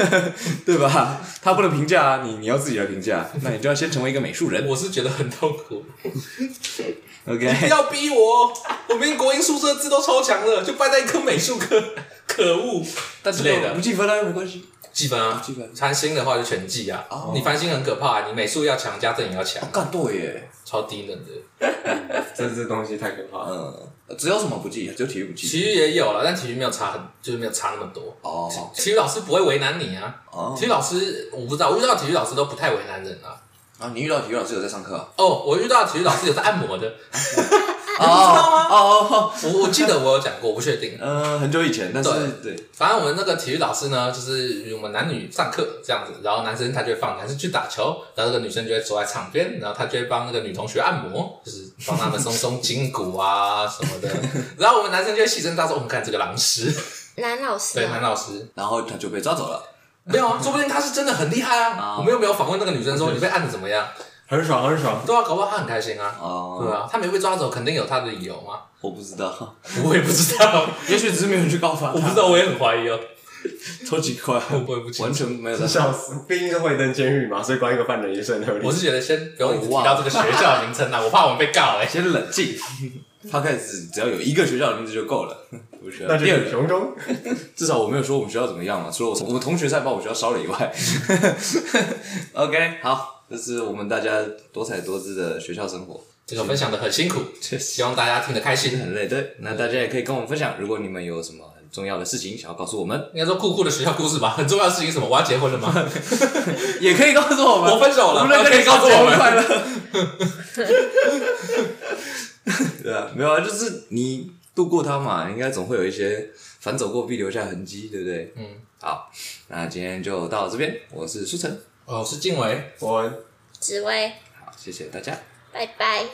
[SPEAKER 1] 对吧？他不能评价啊，你你要自己来评价，那你就要先成为一个美术人。
[SPEAKER 2] 我是觉得很痛 苦，不
[SPEAKER 1] OK，
[SPEAKER 2] 要逼我！我明明国英数社字都超强了，就败在一科美术课，可恶！
[SPEAKER 1] 但
[SPEAKER 2] 之类的
[SPEAKER 1] 不计分啊，没关系。
[SPEAKER 2] 记分啊，
[SPEAKER 1] 记分哦
[SPEAKER 2] 翻新的话就全记啊。你翻新很可怕、你美术要强，家政也要强，
[SPEAKER 1] 干对耶，
[SPEAKER 2] 超低能的。
[SPEAKER 3] 这这东西太可怕了。
[SPEAKER 1] 嗯，只有什么不计，只有体育不
[SPEAKER 2] 体
[SPEAKER 1] 计。
[SPEAKER 2] 育也有了，但体育没有差很，就是没有差那么多。
[SPEAKER 1] 哦
[SPEAKER 2] 体育老师不会为难你啊。
[SPEAKER 1] 哦
[SPEAKER 2] 体育老师我不知道，我遇到体育老师都不太为难人啊。
[SPEAKER 1] 啊！你遇到体育老师有在上课啊？
[SPEAKER 2] 哦，我遇到体育老师有在按摩的，
[SPEAKER 1] 哦哦哦，
[SPEAKER 2] 我我记得我有讲过，我不确定。
[SPEAKER 1] 嗯，很久以前，但是对，
[SPEAKER 2] 反正我们那个体育老师呢，就是我们男女上课这样子，然后男生他就会放男生去打球，然后这个女生就会走在场边，然后他就会帮那个女同学按摩，就是帮他们松松筋骨啊什么的。然后我们男生就会细声大哦说：“我们看这个狼师，
[SPEAKER 4] 男老师
[SPEAKER 2] 对，男
[SPEAKER 4] 啊，
[SPEAKER 2] 老师
[SPEAKER 1] 然后他就被抓走了。
[SPEAKER 2] 没有啊，说不定他是真的很厉害啊。
[SPEAKER 1] 啊
[SPEAKER 2] 我们又没有访问那个女生说你被按的怎么样，
[SPEAKER 3] 很爽，很爽。
[SPEAKER 2] 对啊，搞不好他很开心啊。对
[SPEAKER 1] 哦，
[SPEAKER 2] 啊，他没被抓走，肯定有他的理由嘛。
[SPEAKER 1] 我不知道，
[SPEAKER 2] 我也不知道，
[SPEAKER 1] 也许只是没有人去告发他，
[SPEAKER 2] 我不知道，我也很怀疑哦。
[SPEAKER 1] 超级快，
[SPEAKER 2] 我也不清
[SPEAKER 1] 完
[SPEAKER 2] 楚。
[SPEAKER 1] 全没有在
[SPEAKER 3] 笑死！毕竟是会登监狱嘛，所以关一个犯人也是很合理
[SPEAKER 2] 我。是觉得先不用一直提到这个学校的名称啦，我怕我们被告哎、
[SPEAKER 1] 先冷 静。他开始只要有一个学校的名字就够了，我觉
[SPEAKER 3] 那
[SPEAKER 1] 得
[SPEAKER 3] 就
[SPEAKER 1] 第二
[SPEAKER 3] 是
[SPEAKER 1] 个，
[SPEAKER 3] 熊中，
[SPEAKER 1] 至少我没有说我们学校怎么样嘛，除了我我同学在把我们学校烧了以外。OK，好，这是我们大家多彩多姿的学校生活，
[SPEAKER 2] 这个分享的很辛苦，
[SPEAKER 1] 确实
[SPEAKER 2] 希望大家听得开心。
[SPEAKER 1] 很累。对，那大家也可以跟我们分享，如果你们有什么很重要的事情想要告诉我们，
[SPEAKER 2] 应该说酷酷的学校故事吧，很重要的事情是什么？我要结婚了吗？
[SPEAKER 1] 也可以告诉我们。
[SPEAKER 2] 我分手 了，
[SPEAKER 1] 无论
[SPEAKER 2] 可
[SPEAKER 1] 跟
[SPEAKER 2] 以
[SPEAKER 1] 你
[SPEAKER 2] 告诉
[SPEAKER 1] 说结
[SPEAKER 2] 我
[SPEAKER 1] 婚快
[SPEAKER 2] 们。
[SPEAKER 1] 乐。 对啊，没有啊，就是你度过它嘛，应该总会有一些反走过必留下痕迹，对不对？
[SPEAKER 2] 嗯，
[SPEAKER 1] 好，那今天就到这边，我是舒晨，
[SPEAKER 2] 哦，我是静伟。
[SPEAKER 3] 我
[SPEAKER 4] 紫薇，
[SPEAKER 1] 好，谢谢大家。
[SPEAKER 4] 拜拜。